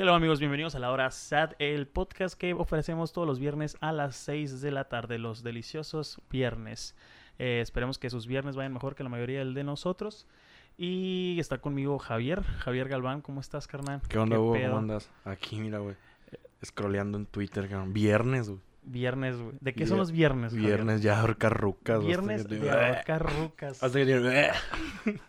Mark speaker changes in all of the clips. Speaker 1: Hello amigos, bienvenidos a la hora SAT, el podcast que ofrecemos todos los viernes a las 6 de la tarde, los deliciosos viernes. Eh, esperemos que sus viernes vayan mejor que la mayoría del de nosotros. Y está conmigo Javier, Javier Galván, ¿cómo estás, carnal?
Speaker 2: ¿Qué onda, Hugo?
Speaker 1: pedo?
Speaker 2: ¿Cómo andas? Aquí, mira, güey. Scrolleando en Twitter, cabrón. Viernes, güey.
Speaker 1: Viernes, güey. ¿De qué son
Speaker 2: Vier-
Speaker 1: los viernes? Javier?
Speaker 2: Viernes ya ahorcar rucas. güey,
Speaker 1: Viernes
Speaker 2: hasta que- "Ah".
Speaker 1: de ahorcar rucas.
Speaker 2: Hasta que "Ah". tiene-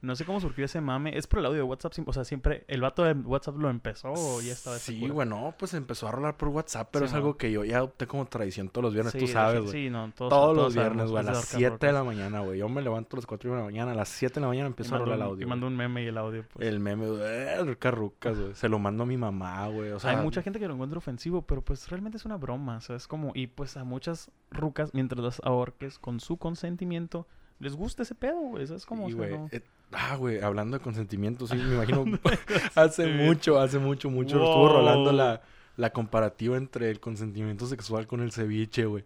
Speaker 1: No sé cómo surgió ese mame. Es por el audio de WhatsApp. sim- O sea, siempre. ¿El vato de WhatsApp lo empezó o Oh, ya estaba esa
Speaker 2: Sí,
Speaker 1: cura?
Speaker 2: güey, no, pues empezó a rolar por WhatsApp, pero
Speaker 1: Sí,
Speaker 2: es
Speaker 1: no.
Speaker 2: algo que yo ya adopté como tradición todos los viernes,
Speaker 1: Sí,
Speaker 2: tú
Speaker 1: de-
Speaker 2: sabes, güey.
Speaker 1: Sí, no, todos,
Speaker 2: todos, los viernes, güey, a las 7
Speaker 1: mañana
Speaker 2: de la mañana, güey. Yo me levanto a las 4 de la mañana, a las 7 de la mañana empiezo a rolar el audio.
Speaker 1: Y
Speaker 2: güey.
Speaker 1: mando un meme y el audio. pues.
Speaker 2: El meme, güey, eh, ahorcar rucas, güey. Se lo mando a mi mamá, güey. O sea,
Speaker 1: Hay mucha gente que lo encuentra ofensivo, pero pues realmente es una broma. O sea, es como. Y pues a muchas rucas, mientras las ahorques con su consentimiento, les gusta ese pedo, güey. Eso es como.
Speaker 2: Sí,
Speaker 1: o sea,
Speaker 2: güey.
Speaker 1: no-
Speaker 2: Eh, ah, güey, hablando de consentimiento, sí, me imagino. hace mucho, hace mucho, mucho estuvo
Speaker 1: Wow.
Speaker 2: rolando la, la comparativa entre el consentimiento sexual con el ceviche, güey.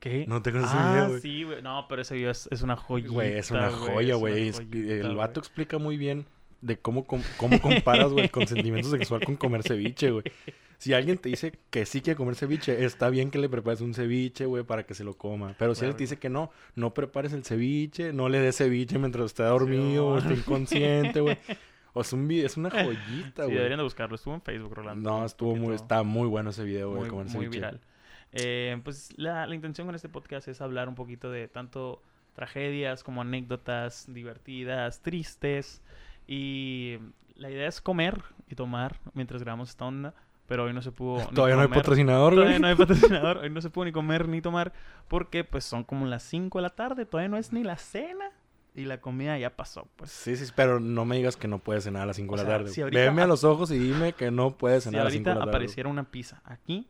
Speaker 1: ¿Qué?
Speaker 2: No te conoces
Speaker 1: ah,
Speaker 2: güey.
Speaker 1: sí, güey. No, pero ese video es, es una joyita.
Speaker 2: Güey, es una joya,
Speaker 1: es
Speaker 2: güey.
Speaker 1: una
Speaker 2: Es-
Speaker 1: joyita,
Speaker 2: El vato
Speaker 1: güey.
Speaker 2: explica muy bien de cómo, com- cómo comparas, güey, el consentimiento sexual con comer ceviche, güey. Si alguien te dice que sí quiere comer ceviche, está bien que le prepares un ceviche, güey, para que se lo coma. Pero si él
Speaker 1: Claro.
Speaker 2: te dice que no, no prepares el ceviche, no le des ceviche mientras está dormido o está
Speaker 1: bueno.
Speaker 2: inconsciente, güey. O es, un vi- es una
Speaker 1: Sí,
Speaker 2: joyita, güey.
Speaker 1: deberían de buscarlo. Estuvo en Facebook, Rolando.
Speaker 2: no, estuvo muy,
Speaker 1: poquito-
Speaker 2: está muy bueno ese video, güey,
Speaker 1: muy,
Speaker 2: de comer
Speaker 1: muy
Speaker 2: ceviche.
Speaker 1: viral. Eh, pues la, la intención con este podcast es hablar un poquito de tanto tragedias como anécdotas divertidas, tristes. Y la idea es comer y tomar mientras grabamos esta onda. Pero hoy no se pudo. ni
Speaker 2: Todavía no hay
Speaker 1: comer.
Speaker 2: patrocinador,
Speaker 1: Todavía
Speaker 2: güey.
Speaker 1: no hay patrocinador. Hoy no se pudo ni comer ni tomar porque pues son como las 5 de la tarde. Todavía no es ni la cena y la comida ya pasó. Pues
Speaker 2: Sí, sí, pero no me digas que no puedes cenar a las 5
Speaker 1: O
Speaker 2: de la
Speaker 1: sea,
Speaker 2: tarde.
Speaker 1: si
Speaker 2: güey.
Speaker 1: ahorita
Speaker 2: Veme a
Speaker 1: ap-
Speaker 2: los ojos y dime que no puedes
Speaker 1: si
Speaker 2: cenar a las 5
Speaker 1: ahorita
Speaker 2: de la tarde. güey.
Speaker 1: apareciera una pizza aquí,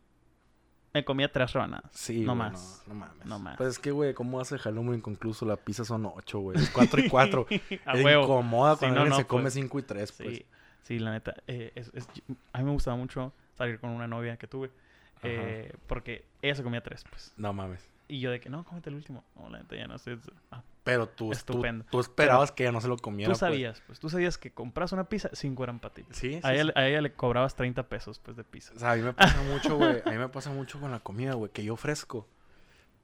Speaker 1: me comía tres rebanadas.
Speaker 2: Sí,
Speaker 1: no
Speaker 2: güey,
Speaker 1: más.
Speaker 2: No, mames.
Speaker 1: No más.
Speaker 2: Pues es que, güey, ¿cómo hace Jalumbre inconcluso? La pizza son 8, güey. 4 y 4.
Speaker 1: A huevo.
Speaker 2: incomoda
Speaker 1: Sí,
Speaker 2: cuando
Speaker 1: no,
Speaker 2: alguien
Speaker 1: no,
Speaker 2: se come
Speaker 1: pues.
Speaker 2: 5 y 3,
Speaker 1: Sí,
Speaker 2: pues.
Speaker 1: sí, la neta. eh, es- es- a mí me gustaba mucho salir con una novia que tuve.
Speaker 2: Ajá.
Speaker 1: eh, porque ella se comía tres, pues.
Speaker 2: No mames.
Speaker 1: Y yo de que, no, cómete el último. No, la neta ya no sé. es- ah,
Speaker 2: Pero tú, tú,
Speaker 1: Estupendo.
Speaker 2: tú esperabas que ella no se lo comiera.
Speaker 1: Tú
Speaker 2: pues.
Speaker 1: sabías, pues. Tú sabías que compras una pizza, cinco eran para ti.
Speaker 2: Sí, sí,
Speaker 1: a, ella,
Speaker 2: sí.
Speaker 1: le- a ella le cobrabas 30 pesos, pues, de pizza.
Speaker 2: O sea, a mí me pasa mucho, güey. A mí me pasa mucho con la comida, güey, que yo ofrezco.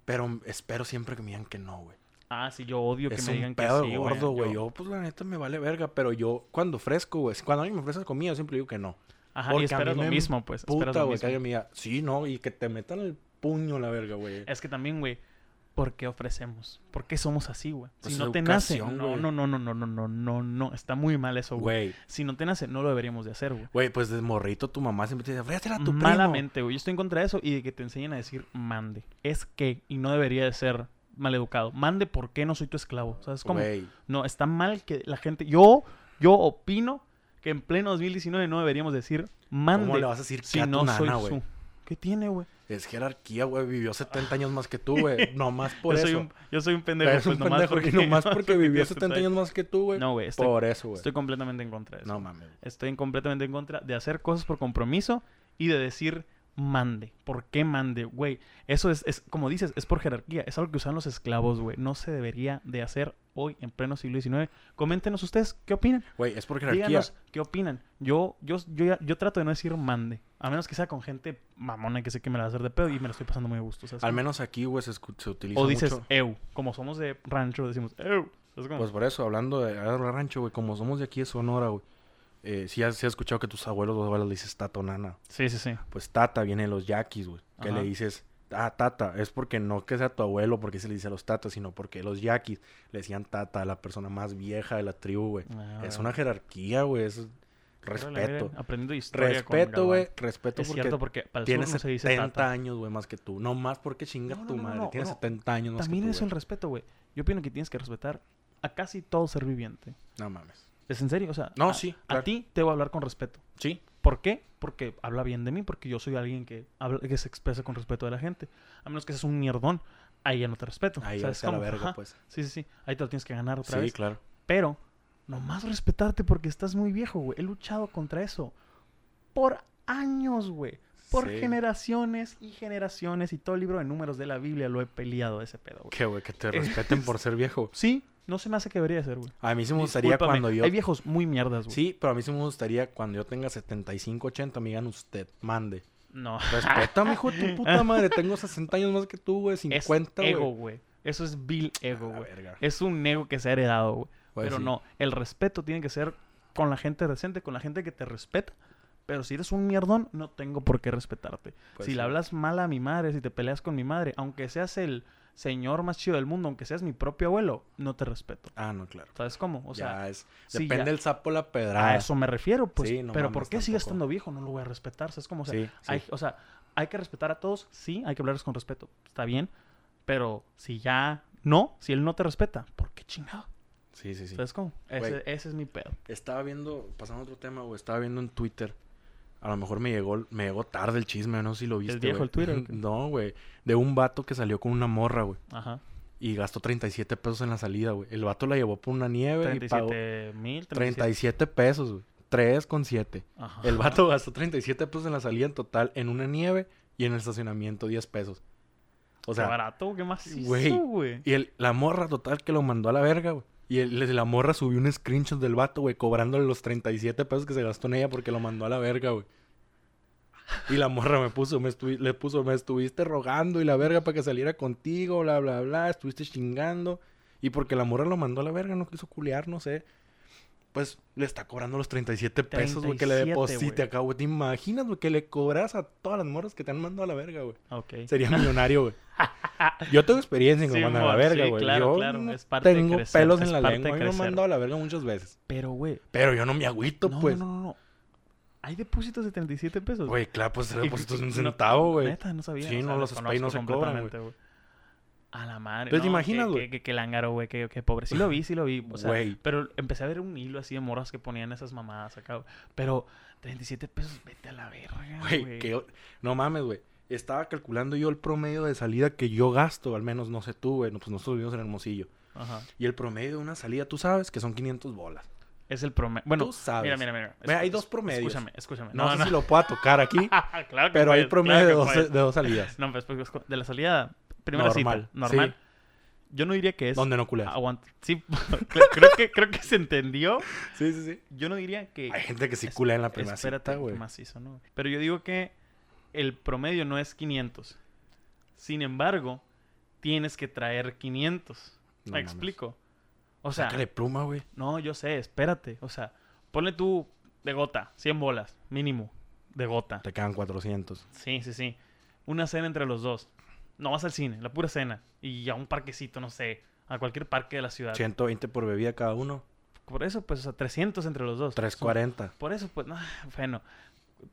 Speaker 2: Pero espero siempre que me digan que no, güey.
Speaker 1: Ah, sí, yo odio que
Speaker 2: es
Speaker 1: me digan
Speaker 2: un pedo
Speaker 1: que sí,
Speaker 2: de gordo, güey.
Speaker 1: yo-
Speaker 2: Yo, pues, la neta, me vale verga. Pero yo, cuando ofrezco, güey, si- cuando alguien me ofrece comida, yo siempre digo que no.
Speaker 1: Ajá, y
Speaker 2: porque a mí
Speaker 1: esperas lo
Speaker 2: me
Speaker 1: mismo, pues. esperas
Speaker 2: Puta,
Speaker 1: lo
Speaker 2: güey,
Speaker 1: mismo.
Speaker 2: que alguien me diga, sí, no, y que te metan el puño la verga, güey.
Speaker 1: Es que también, güey, ¿por qué ofrecemos? ¿Por qué somos así, güey?
Speaker 2: Pues
Speaker 1: si
Speaker 2: es
Speaker 1: no te nace.
Speaker 2: educación,
Speaker 1: No,
Speaker 2: güey.
Speaker 1: no, no, no, no, no, no, no, no. Está muy mal eso, güey.
Speaker 2: Güey,
Speaker 1: Si no te nace, no lo deberíamos de hacer, güey.
Speaker 2: güey, pues, de morrito, tu mamá siempre te dice, ofrécela a tu primo.
Speaker 1: Malamente, güey. Yo estoy en contra de eso y de que te enseñen a decir mande. Es que, y no debería de ser maleducado. Mande porque no soy tu esclavo. ¿Sabes cómo?
Speaker 2: Güey,
Speaker 1: No, está mal que la gente. Yo, yo opino que en pleno 2019 no deberíamos decir mande.
Speaker 2: ¿cómo le vas a decir que
Speaker 1: si
Speaker 2: a tu
Speaker 1: no soy
Speaker 2: nana,
Speaker 1: su.
Speaker 2: güey?
Speaker 1: ¿Qué tiene, güey?
Speaker 2: Es jerarquía, güey, vivió 70 años más que tú, güey. Nomás por
Speaker 1: yo,
Speaker 2: eso.
Speaker 1: Soy un, yo soy un pendejo.
Speaker 2: Eres
Speaker 1: pues,
Speaker 2: un pendejo
Speaker 1: nomás
Speaker 2: y
Speaker 1: porque,
Speaker 2: nomás porque vivió 70
Speaker 1: estoy-
Speaker 2: años más que tú, güey.
Speaker 1: No, güey. Estoy,
Speaker 2: Por eso, güey.
Speaker 1: estoy completamente en contra de eso.
Speaker 2: No mames. güey.
Speaker 1: Estoy completamente en contra de hacer cosas por compromiso y de decir mande. ¿Por qué mande, güey? Eso es, es, como dices, es por jerarquía. Es algo que usan los esclavos, güey. No se debería de hacer hoy en pleno siglo XIX. Coméntenos ustedes qué opinan.
Speaker 2: Güey, es por jerarquía.
Speaker 1: Díganos qué opinan. Yo, yo, yo, ya- yo trato de no decir mande. A menos que sea con gente mamona que sé que me la va a hacer de pedo y me la estoy pasando muy a gusto. ¿sabes?
Speaker 2: Al menos aquí, güey, se, escu- se utiliza
Speaker 1: o dices
Speaker 2: mucho.
Speaker 1: eu. Como somos de rancho, decimos eu. ¿Sabes cómo?
Speaker 2: Pues por eso, hablando de Agarro rancho, güey, como somos de aquí de Sonora, güey. Eh, si has, sí has escuchado que tus abuelos o abuelas le dices tata o nana.
Speaker 1: sí, sí, sí.
Speaker 2: Pues tata viene de los yaquis, güey. Que
Speaker 1: Ajá.
Speaker 2: le dices, ah, tata. Es porque no que sea tu abuelo, porque se le dice a los tatas, sino porque los yaquis le decían tata a la persona más vieja de la tribu, güey.
Speaker 1: Ah,
Speaker 2: es
Speaker 1: bueno.
Speaker 2: una jerarquía, güey. Es
Speaker 1: Órale, miren,
Speaker 2: respeto.
Speaker 1: aprendiendo historia con
Speaker 2: Respeto, güey.
Speaker 1: Galván.
Speaker 2: Respeto
Speaker 1: Es
Speaker 2: porque
Speaker 1: cierto, porque para el sur
Speaker 2: tienes
Speaker 1: no se
Speaker 2: 70
Speaker 1: dice tata.
Speaker 2: años, güey, más que tú. No más porque chingas
Speaker 1: No, no,
Speaker 2: tu
Speaker 1: no,
Speaker 2: madre.
Speaker 1: no,
Speaker 2: tienes
Speaker 1: no.
Speaker 2: 70 años más
Speaker 1: También
Speaker 2: que tú,
Speaker 1: es el
Speaker 2: güey.
Speaker 1: respeto, güey. Yo opino que tienes que respetar a casi todo ser viviente.
Speaker 2: No mames.
Speaker 1: ¿Es en serio? O sea,
Speaker 2: No,
Speaker 1: a,
Speaker 2: sí,
Speaker 1: a
Speaker 2: claro.
Speaker 1: ti te voy a hablar con respeto.
Speaker 2: Sí,
Speaker 1: ¿Por qué? Porque habla bien de mí, porque yo soy alguien que, habla- que se expresa con respeto de la gente. A menos que seas un mierdón, ahí ya no te respeto.
Speaker 2: ahí
Speaker 1: ¿Sabes
Speaker 2: está la
Speaker 1: cómo?
Speaker 2: verga,
Speaker 1: Ajá.
Speaker 2: pues.
Speaker 1: Sí, sí, sí. Ahí te lo tienes que ganar otra
Speaker 2: Sí,
Speaker 1: vez.
Speaker 2: claro.
Speaker 1: Pero, nomás respetarte porque estás muy viejo, güey. He luchado contra eso. Por años, güey. por
Speaker 2: Sí.
Speaker 1: generaciones y generaciones y todo el libro de números de la Biblia lo he peleado ese pedo, güey.
Speaker 2: Que, güey, que te respeten por ser viejo.
Speaker 1: Sí, no se me hace que debería ser, güey.
Speaker 2: A mí sí me gustaría
Speaker 1: Discúlpame,
Speaker 2: cuando yo...
Speaker 1: Hay viejos muy mierdas, güey.
Speaker 2: Sí, pero a mí sí me gustaría cuando yo tenga 75, 80, me digan usted, mande.
Speaker 1: No.
Speaker 2: Respétame, hijo de tu puta madre. Tengo 60 años más que tú, güey. 50,
Speaker 1: es ego,
Speaker 2: güey.
Speaker 1: güey. Eso es vil ego,
Speaker 2: A la
Speaker 1: güey.
Speaker 2: verga.
Speaker 1: Es un ego que se ha heredado, güey.
Speaker 2: Pues
Speaker 1: pero
Speaker 2: sí.
Speaker 1: no, el respeto tiene que ser con la gente decente, con la gente que te respeta. Pero si eres un mierdón, no tengo por qué respetarte.
Speaker 2: Pues
Speaker 1: si le
Speaker 2: sí.
Speaker 1: hablas mal a mi madre, si te peleas con mi madre, aunque seas el señor más chido del mundo, aunque seas mi propio abuelo, no te respeto.
Speaker 2: Ah, no, claro.
Speaker 1: ¿Sabes cómo? O sea,
Speaker 2: ya es.
Speaker 1: sí,
Speaker 2: Depende
Speaker 1: ya.
Speaker 2: del sapo la pedrada.
Speaker 1: a eso me refiero, pues.
Speaker 2: Ah, Sí, no
Speaker 1: pero
Speaker 2: mames,
Speaker 1: ¿por qué sigue
Speaker 2: tampoco.
Speaker 1: estando viejo? No lo voy a respetar. ¿Sabes cómo? O sea,
Speaker 2: Sí, sí.
Speaker 1: Hay, o sea, hay que respetar a todos, sí, hay que hablarles con respeto, está bien, pero si ya no, si él no te respeta, ¿por qué chingado?
Speaker 2: sí, sí, sí.
Speaker 1: ¿Sabes cómo? Ese,
Speaker 2: Güey.
Speaker 1: ese es mi pedo.
Speaker 2: Estaba viendo, pasando a otro tema, güey. Estaba viendo en Twitter. A lo mejor me llegó, me llegó tarde el chisme, no sé si lo viste.
Speaker 1: viejo
Speaker 2: güey.
Speaker 1: el Twitter o qué?
Speaker 2: no, güey. De un vato que salió con una morra, güey.
Speaker 1: Ajá.
Speaker 2: Y gastó 37 pesos en la salida, güey. El vato la llevó por una nieve y pagó
Speaker 1: 37 mil, 37.
Speaker 2: 37 pesos, güey. 3,7.
Speaker 1: Ajá.
Speaker 2: El vato gastó 37 pesos en la salida en total, en una nieve y en el estacionamiento 10 pesos. O
Speaker 1: qué
Speaker 2: sea,
Speaker 1: barato, qué más
Speaker 2: güey.
Speaker 1: güey.
Speaker 2: y el, la morra total que lo mandó a la verga, güey. Y el- la morra subió un screenshot del vato, güey, cobrándole los 37 pesos que se gastó en ella porque lo mandó a la verga, güey. Y la morra me puso, me estuvi- le puso, me estuviste rogando y la verga para que saliera contigo, bla, bla, bla, estuviste chingando. Y porque la morra lo mandó a la verga, no quiso culear, no sé. Pues le está cobrando los 37 pesos, güey, que le
Speaker 1: 37,
Speaker 2: deposite
Speaker 1: güey.
Speaker 2: acá, güey. ¿Te imaginas, güey, que le cobras a todas las morras que te han mandado a la verga, güey?
Speaker 1: Ok.
Speaker 2: Sería millonario, güey. Yo tengo experiencia en que me mandan a la
Speaker 1: Simón,
Speaker 2: verga,
Speaker 1: sí,
Speaker 2: güey.
Speaker 1: claro,
Speaker 2: yo
Speaker 1: claro,
Speaker 2: no
Speaker 1: es parte de
Speaker 2: tengo
Speaker 1: crecer,
Speaker 2: pelos
Speaker 1: es
Speaker 2: en la
Speaker 1: parte de
Speaker 2: lengua. A mí me han
Speaker 1: crecer.
Speaker 2: mandado a la verga muchas veces.
Speaker 1: Pero, güey.
Speaker 2: Pero yo no me agüito,
Speaker 1: No,
Speaker 2: pues.
Speaker 1: no, no, no. Hay depósitos de 37 pesos.
Speaker 2: Güey, claro, pues se
Speaker 1: Y-
Speaker 2: depositas
Speaker 1: y-
Speaker 2: un
Speaker 1: no,
Speaker 2: centavo, güey.
Speaker 1: Neta, no sabía.
Speaker 2: Sí, no, los Spy no
Speaker 1: desconozco
Speaker 2: se cobran,
Speaker 1: completamente, güey. A la madre.
Speaker 2: Entonces, ¿te
Speaker 1: no,
Speaker 2: imaginas,
Speaker 1: qué-
Speaker 2: güey?
Speaker 1: qué- qué- Qué lángaro, güey. Qué, qué pobre. Sí lo vi, sí lo vi. O sea,
Speaker 2: Güey.
Speaker 1: pero empecé a ver un hilo así de morras que ponían esas mamadas acá. güey. Pero 37 pesos, vete a la verga,
Speaker 2: Güey, que... No mames, güey. Estaba calculando yo el promedio de salida que yo gasto, al menos no sé tú, güey. No, pues nosotros vivimos en Hermosillo.
Speaker 1: Ajá.
Speaker 2: Y el promedio de una salida, tú sabes que son 500 bolas.
Speaker 1: Es el promedio. Bueno,
Speaker 2: Tú sabes.
Speaker 1: mira, mira, mira.
Speaker 2: Mira, hay
Speaker 1: Escu-
Speaker 2: dos promedios.
Speaker 1: Escúchame, escúchame.
Speaker 2: No, sé si lo pueda tocar aquí,
Speaker 1: claro que
Speaker 2: pero hay
Speaker 1: puedes, Pues,
Speaker 2: promedio
Speaker 1: claro
Speaker 2: de,
Speaker 1: que
Speaker 2: dos,
Speaker 1: puedes.
Speaker 2: de dos salidas.
Speaker 1: No, pues, pues, de la salida, primera
Speaker 2: Normal,
Speaker 1: cita, normal. Yo no diría que es...
Speaker 2: Donde no culeas.
Speaker 1: Aguanta. Sí, cre- creo que, creo que se entendió.
Speaker 2: Sí, sí, sí.
Speaker 1: Yo no diría que...
Speaker 2: Hay gente que sí culea en la primera
Speaker 1: Espérate,
Speaker 2: cita,
Speaker 1: qué
Speaker 2: güey.
Speaker 1: macizo, ¿no? Pero yo digo que el promedio no es 500. Sin embargo, tienes que traer 500.
Speaker 2: No
Speaker 1: ¿Me
Speaker 2: mames.
Speaker 1: explico? O sea,
Speaker 2: Sácale pluma, güey.
Speaker 1: no, yo sé, espérate. O sea, ponle tú de gota, 100 bolas, mínimo, de gota.
Speaker 2: Te quedan 400.
Speaker 1: Sí, sí, sí. Una cena entre los dos. No vas al cine, la pura cena. Y a un parquecito, no sé, a cualquier parque de la ciudad.
Speaker 2: 120 por bebida cada uno.
Speaker 1: Por eso, pues, o sea, 300 entre los dos. Son-
Speaker 2: 340.
Speaker 1: Por eso, pues, no, bueno,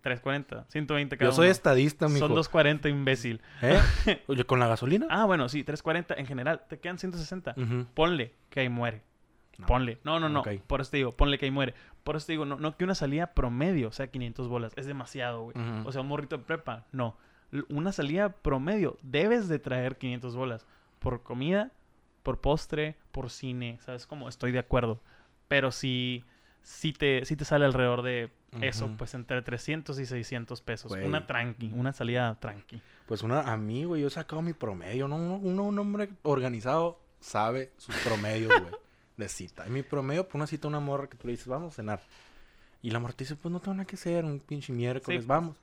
Speaker 1: 340, 120 cada
Speaker 2: Yo soy
Speaker 1: uno.
Speaker 2: estadista, mijo.
Speaker 1: Son 240, imbécil.
Speaker 2: ¿Eh? Oye, ¿Con la gasolina?
Speaker 1: Ah, bueno, sí, 340 en general, te quedan 160.
Speaker 2: Ujú.
Speaker 1: Ponle que ahí muere.
Speaker 2: No.
Speaker 1: Ponle. No, no, no.
Speaker 2: Ok.
Speaker 1: Por eso te digo, ponle que ahí muere. Por eso te digo, no, no que una salida promedio sea 500 bolas. Es demasiado, güey.
Speaker 2: Ujú.
Speaker 1: O sea, un morrito de prepa, no. L- Una salida promedio, debes de traer 500 bolas. Por comida, por postre, por cine. ¿Sabes cómo? Estoy de acuerdo. Pero si, si, te, si te sale alrededor de eso,
Speaker 2: Ujú.
Speaker 1: pues entre 300 y 600 pesos.
Speaker 2: Güey.
Speaker 1: Una tranqui, una salida tranqui.
Speaker 2: Pues una, a mí, güey, yo he sacado mi promedio. ¿no? Uno, uno- un hombre organizado sabe sus promedios, güey, de cita. Y mi promedio, por una cita, una morra que tú le dices, vamos a cenar. Y la morra te dice, pues no tengo nada que hacer, un pinche miércoles,
Speaker 1: pues.
Speaker 2: vamos.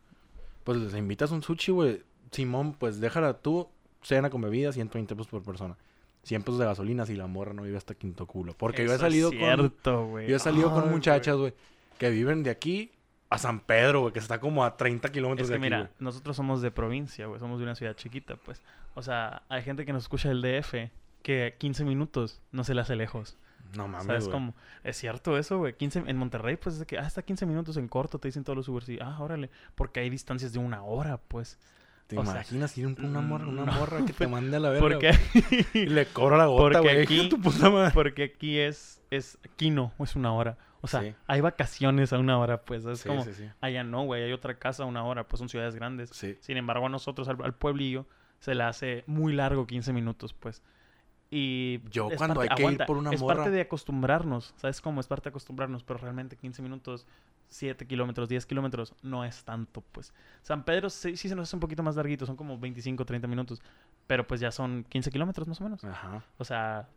Speaker 2: Pues les invitas un sushi, güey. Simón, pues déjala tú, cena con bebida, 120 pesos por persona. 100 pesos de gasolina si la morra no vive hasta quinto culo. Porque yo he
Speaker 1: Eso
Speaker 2: salido
Speaker 1: es
Speaker 2: con
Speaker 1: cierto, güey.
Speaker 2: Yo he salido
Speaker 1: Ay,
Speaker 2: con
Speaker 1: güey.
Speaker 2: muchachas, güey, que viven de aquí a San Pedro, güey, que está como a 30 kilómetros
Speaker 1: Es que
Speaker 2: de aquí,
Speaker 1: mira,
Speaker 2: güey.
Speaker 1: nosotros somos de provincia, güey. Somos de una ciudad chiquita, pues. O sea, hay gente que nos escucha del DF que 15 minutos no se le hace lejos.
Speaker 2: No mames,
Speaker 1: ¿Sabes
Speaker 2: güey.
Speaker 1: cómo? Es cierto eso, güey. 15 En Monterrey, pues, es de que hasta 15 minutos en corto te dicen todos los Ubers. Y, ah, órale. Porque hay distancias de una hora, pues.
Speaker 2: ¿Te
Speaker 1: o sea,
Speaker 2: imaginas ir un- una morra, una
Speaker 1: no,
Speaker 2: morra que te mande a la verga?
Speaker 1: Porque,
Speaker 2: güey? Y le cobra la gota,
Speaker 1: Porque
Speaker 2: güey.
Speaker 1: aquí-
Speaker 2: Hijo de tu puta madre.
Speaker 1: porque aquí es, es... Aquí no, es una hora. O sea,
Speaker 2: Sí.
Speaker 1: hay vacaciones a una hora, pues. Es
Speaker 2: Sí,
Speaker 1: como...
Speaker 2: sí, sí.
Speaker 1: Allá no, güey. Hay otra casa a una hora, pues son ciudades grandes.
Speaker 2: Sí.
Speaker 1: Sin embargo, a nosotros, al, al pueblillo, se le hace muy largo 15 minutos, pues. Y
Speaker 2: Yo
Speaker 1: es
Speaker 2: cuando hay que ir por una
Speaker 1: es
Speaker 2: morra-
Speaker 1: parte de acostumbrarnos, ¿sabes cómo? Es parte de acostumbrarnos, pero realmente 15 minutos 7 kilómetros, 10 kilómetros, no es tanto, pues. San Pedro sí, sí se nos hace un poquito más larguito, son como 25, 30 minutos, pero pues ya son 15 kilómetros más o menos.
Speaker 2: Ajá.
Speaker 1: O sea,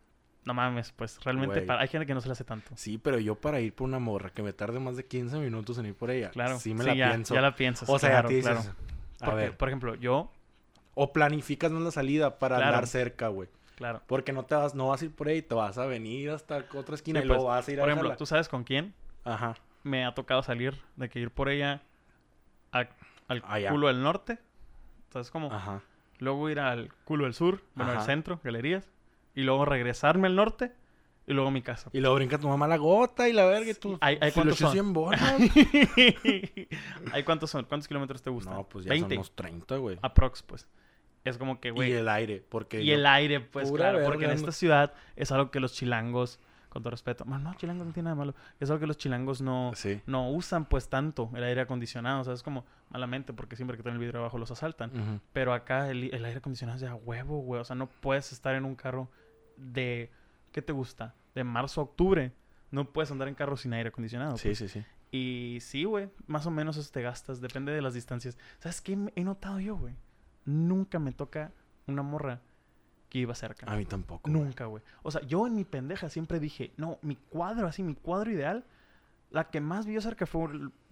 Speaker 1: no mames, pues realmente
Speaker 2: Güey.
Speaker 1: para- hay gente que no se le hace tanto.
Speaker 2: Sí, pero yo para ir por una morra que me tarde más de 15 minutos en ir por ella.
Speaker 1: Claro,
Speaker 2: Sí me la
Speaker 1: ya,
Speaker 2: pienso.
Speaker 1: ya la piensas.
Speaker 2: o sea, ya
Speaker 1: claro,
Speaker 2: te dices,
Speaker 1: claro.
Speaker 2: a
Speaker 1: Porque,
Speaker 2: ver,
Speaker 1: por ejemplo, yo,
Speaker 2: o planificas más la salida para
Speaker 1: Claro.
Speaker 2: andar cerca, güey.
Speaker 1: claro.
Speaker 2: Porque no te vas, no vas a ir por ahí y te vas a venir hasta otra esquina
Speaker 1: Sí,
Speaker 2: y
Speaker 1: pues,
Speaker 2: luego vas a ir a
Speaker 1: Por ejemplo,
Speaker 2: dejarla.
Speaker 1: ¿tú sabes con quién?
Speaker 2: Ajá.
Speaker 1: me ha tocado salir de que ir por ella a- al
Speaker 2: Allá.
Speaker 1: culo del norte. Entonces, como
Speaker 2: Ajá.
Speaker 1: luego ir al culo del sur, bueno, al
Speaker 2: Ah. Ajá.
Speaker 1: centro, galerías, y luego regresarme al norte y luego a mi casa.
Speaker 2: Y luego brinca tu mamá la gota y la verga y tú.
Speaker 1: ¿Hay- hay
Speaker 2: si
Speaker 1: cuántos
Speaker 2: lo echas
Speaker 1: son?
Speaker 2: cien bolas.
Speaker 1: ¿Hay cuántos son? ¿Cuántos kilómetros te gustan?
Speaker 2: no, pues ya son unos 30, güey.
Speaker 1: aprox, pues. Es como que, güey.
Speaker 2: Y el aire, porque
Speaker 1: Y
Speaker 2: yo-
Speaker 1: el aire, pues
Speaker 2: Pura
Speaker 1: claro, porque en
Speaker 2: verga,
Speaker 1: esta
Speaker 2: no-
Speaker 1: ciudad es algo que los chilangos, con todo respeto, bueno, no, chilangos no tiene nada de malo, es algo que los chilangos no,
Speaker 2: Sí.
Speaker 1: no usan pues tanto el aire acondicionado, o sea, es como malamente porque siempre que tienen el vidrio abajo los asaltan,
Speaker 2: Ujú.
Speaker 1: pero acá el, el aire acondicionado es de a huevo, güey, o sea, no puedes estar en un carro de, ¿qué te gusta? De marzo a octubre, no puedes andar en carro sin aire acondicionado.
Speaker 2: Sí,
Speaker 1: pues.
Speaker 2: sí, sí.
Speaker 1: Y sí, güey, más o menos eso te gastas, depende de las distancias. ¿Sabes qué he notado yo, güey? Nunca me toca una morra que iba cerca.
Speaker 2: A mí tampoco. güey.
Speaker 1: Nunca, güey. O sea, yo en mi pendeja siempre dije, no, mi cuadro así, mi cuadro ideal, la que más vio cerca fue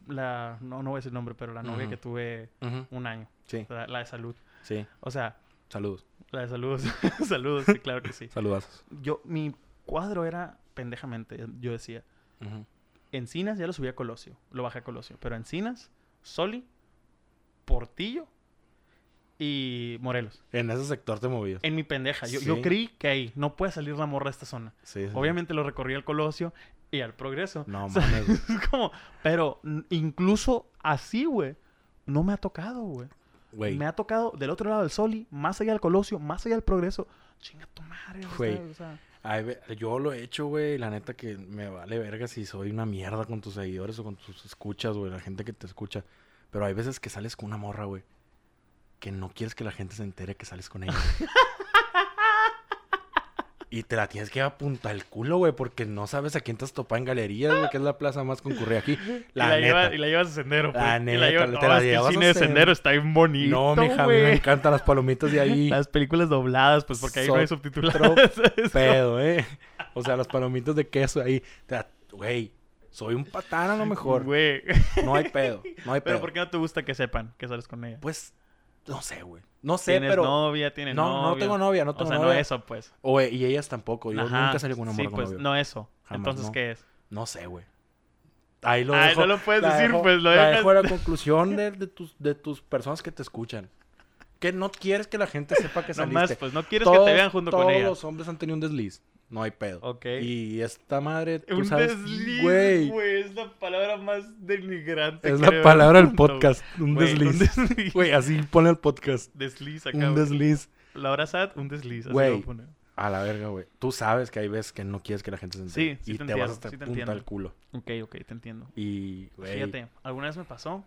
Speaker 1: la, no, no voy a decir el nombre, pero la novia
Speaker 2: Ujú.
Speaker 1: que tuve
Speaker 2: Ujú.
Speaker 1: un año,
Speaker 2: Sí,
Speaker 1: la, la de salud.
Speaker 2: sí.
Speaker 1: O sea,
Speaker 2: Saludos.
Speaker 1: la de saludos, saludos, sí, claro que sí.
Speaker 2: Saludazos.
Speaker 1: Yo, mi cuadro era pendejamente, yo decía,
Speaker 2: Ujú.
Speaker 1: Encinas ya lo subí a Colosio, lo bajé a Colosio, pero Encinas, Soli, Portillo y Morelos.
Speaker 2: En ese sector te movías.
Speaker 1: En mi pendeja, yo, yo
Speaker 2: Sí.
Speaker 1: creí que ahí no puede salir la morra de esta zona.
Speaker 2: Sí, sí, sí.
Speaker 1: Obviamente lo recorrí al Colosio y al Progreso.
Speaker 2: No
Speaker 1: O sea,
Speaker 2: mames, güey.
Speaker 1: es como, pero n- incluso así, güey, no me ha tocado, güey.
Speaker 2: güey.
Speaker 1: Me ha tocado del otro lado del Soli, más allá del Colosio, más allá del Progreso. Chinga tu madre, o sea,
Speaker 2: Güey.
Speaker 1: o sea,
Speaker 2: Ay, ve- yo lo he hecho, güey. La neta que me vale verga si soy una mierda con tus seguidores o con tus escuchas, güey. La gente que te escucha. Pero hay veces que sales con una morra, güey. Que no quieres que la gente se entere que sales con ella. güey. y te la tienes que apuntar el culo, güey. Porque no sabes a quién te has topado en galerías, güey. Que es la plaza más concurrida aquí. La,
Speaker 1: y, la
Speaker 2: neta.
Speaker 1: lleva- y la llevas a sendero,
Speaker 2: La
Speaker 1: pues. y la
Speaker 2: neta,
Speaker 1: lleva-
Speaker 2: te
Speaker 1: no,
Speaker 2: la
Speaker 1: es que el
Speaker 2: llevas a
Speaker 1: cine de
Speaker 2: Sendero.
Speaker 1: sendero está bien bonito.
Speaker 2: No, mija, a mí me
Speaker 1: güey.
Speaker 2: encantan las palomitas de ahí.
Speaker 1: Las películas dobladas, pues porque ahí no hay
Speaker 2: Sotro-
Speaker 1: subtituladas.
Speaker 2: pedo, ¿eh? O sea, las palomitas de queso ahí. Te da- Güey, soy un patán a lo mejor.
Speaker 1: Güey.
Speaker 2: No hay pedo, no hay
Speaker 1: Pero
Speaker 2: pedo.
Speaker 1: ¿por qué no te gusta que sepan que sales con ella?
Speaker 2: Pues, no sé, güey. No sé,
Speaker 1: tienes
Speaker 2: pero... No,
Speaker 1: novia, tienes
Speaker 2: no,
Speaker 1: novio.
Speaker 2: tengo novia, no
Speaker 1: O
Speaker 2: tengo
Speaker 1: sea,
Speaker 2: novia.
Speaker 1: no eso, pues.
Speaker 2: O, eh, y ellas tampoco. Yo
Speaker 1: Ajá.
Speaker 2: nunca salí con una
Speaker 1: Sí,
Speaker 2: morra con
Speaker 1: pues,
Speaker 2: novio.
Speaker 1: no eso.
Speaker 2: Jamás,
Speaker 1: Entonces,
Speaker 2: no.
Speaker 1: ¿qué es?
Speaker 2: No sé, güey. Ahí lo
Speaker 1: Ay,
Speaker 2: dejo.
Speaker 1: no lo puedes
Speaker 2: la
Speaker 1: decir,
Speaker 2: dejo-
Speaker 1: pues, lo
Speaker 2: la
Speaker 1: dejas.
Speaker 2: dejo a la conclusión de, de tus, de tus personas que te escuchan. Que no quieres que la gente sepa que saliste.
Speaker 1: Nomás, pues, no quieres que te vean junto con
Speaker 2: todos
Speaker 1: ella.
Speaker 2: los hombres han tenido un desliz. No hay pedo.
Speaker 1: Ok.
Speaker 2: Y esta madre, tú
Speaker 1: Un
Speaker 2: sabes,
Speaker 1: desliz,
Speaker 2: güey,
Speaker 1: güey. Es la palabra más denigrante.
Speaker 2: es
Speaker 1: que
Speaker 2: la
Speaker 1: debe
Speaker 2: palabra
Speaker 1: haber
Speaker 2: del
Speaker 1: junto,
Speaker 2: podcast, un
Speaker 1: güey. Güey,
Speaker 2: desliz.
Speaker 1: Un desliz.
Speaker 2: Güey, así pone el podcast,
Speaker 1: Desliz acá,
Speaker 2: un
Speaker 1: güey.
Speaker 2: desliz.
Speaker 1: La hora sad, un desliz. así
Speaker 2: Güey.
Speaker 1: lo voy a poner.
Speaker 2: A la verga, güey. Tú sabes que hay veces que no quieres que la gente se
Speaker 1: Sí,
Speaker 2: entere.
Speaker 1: sí
Speaker 2: y
Speaker 1: te
Speaker 2: te,
Speaker 1: entiendo,
Speaker 2: vas hasta
Speaker 1: sí te
Speaker 2: punta
Speaker 1: entiendo.
Speaker 2: al culo.
Speaker 1: Ok, ok, te entiendo. Pues
Speaker 2: Y, güey,
Speaker 1: Fíjate, alguna vez me pasó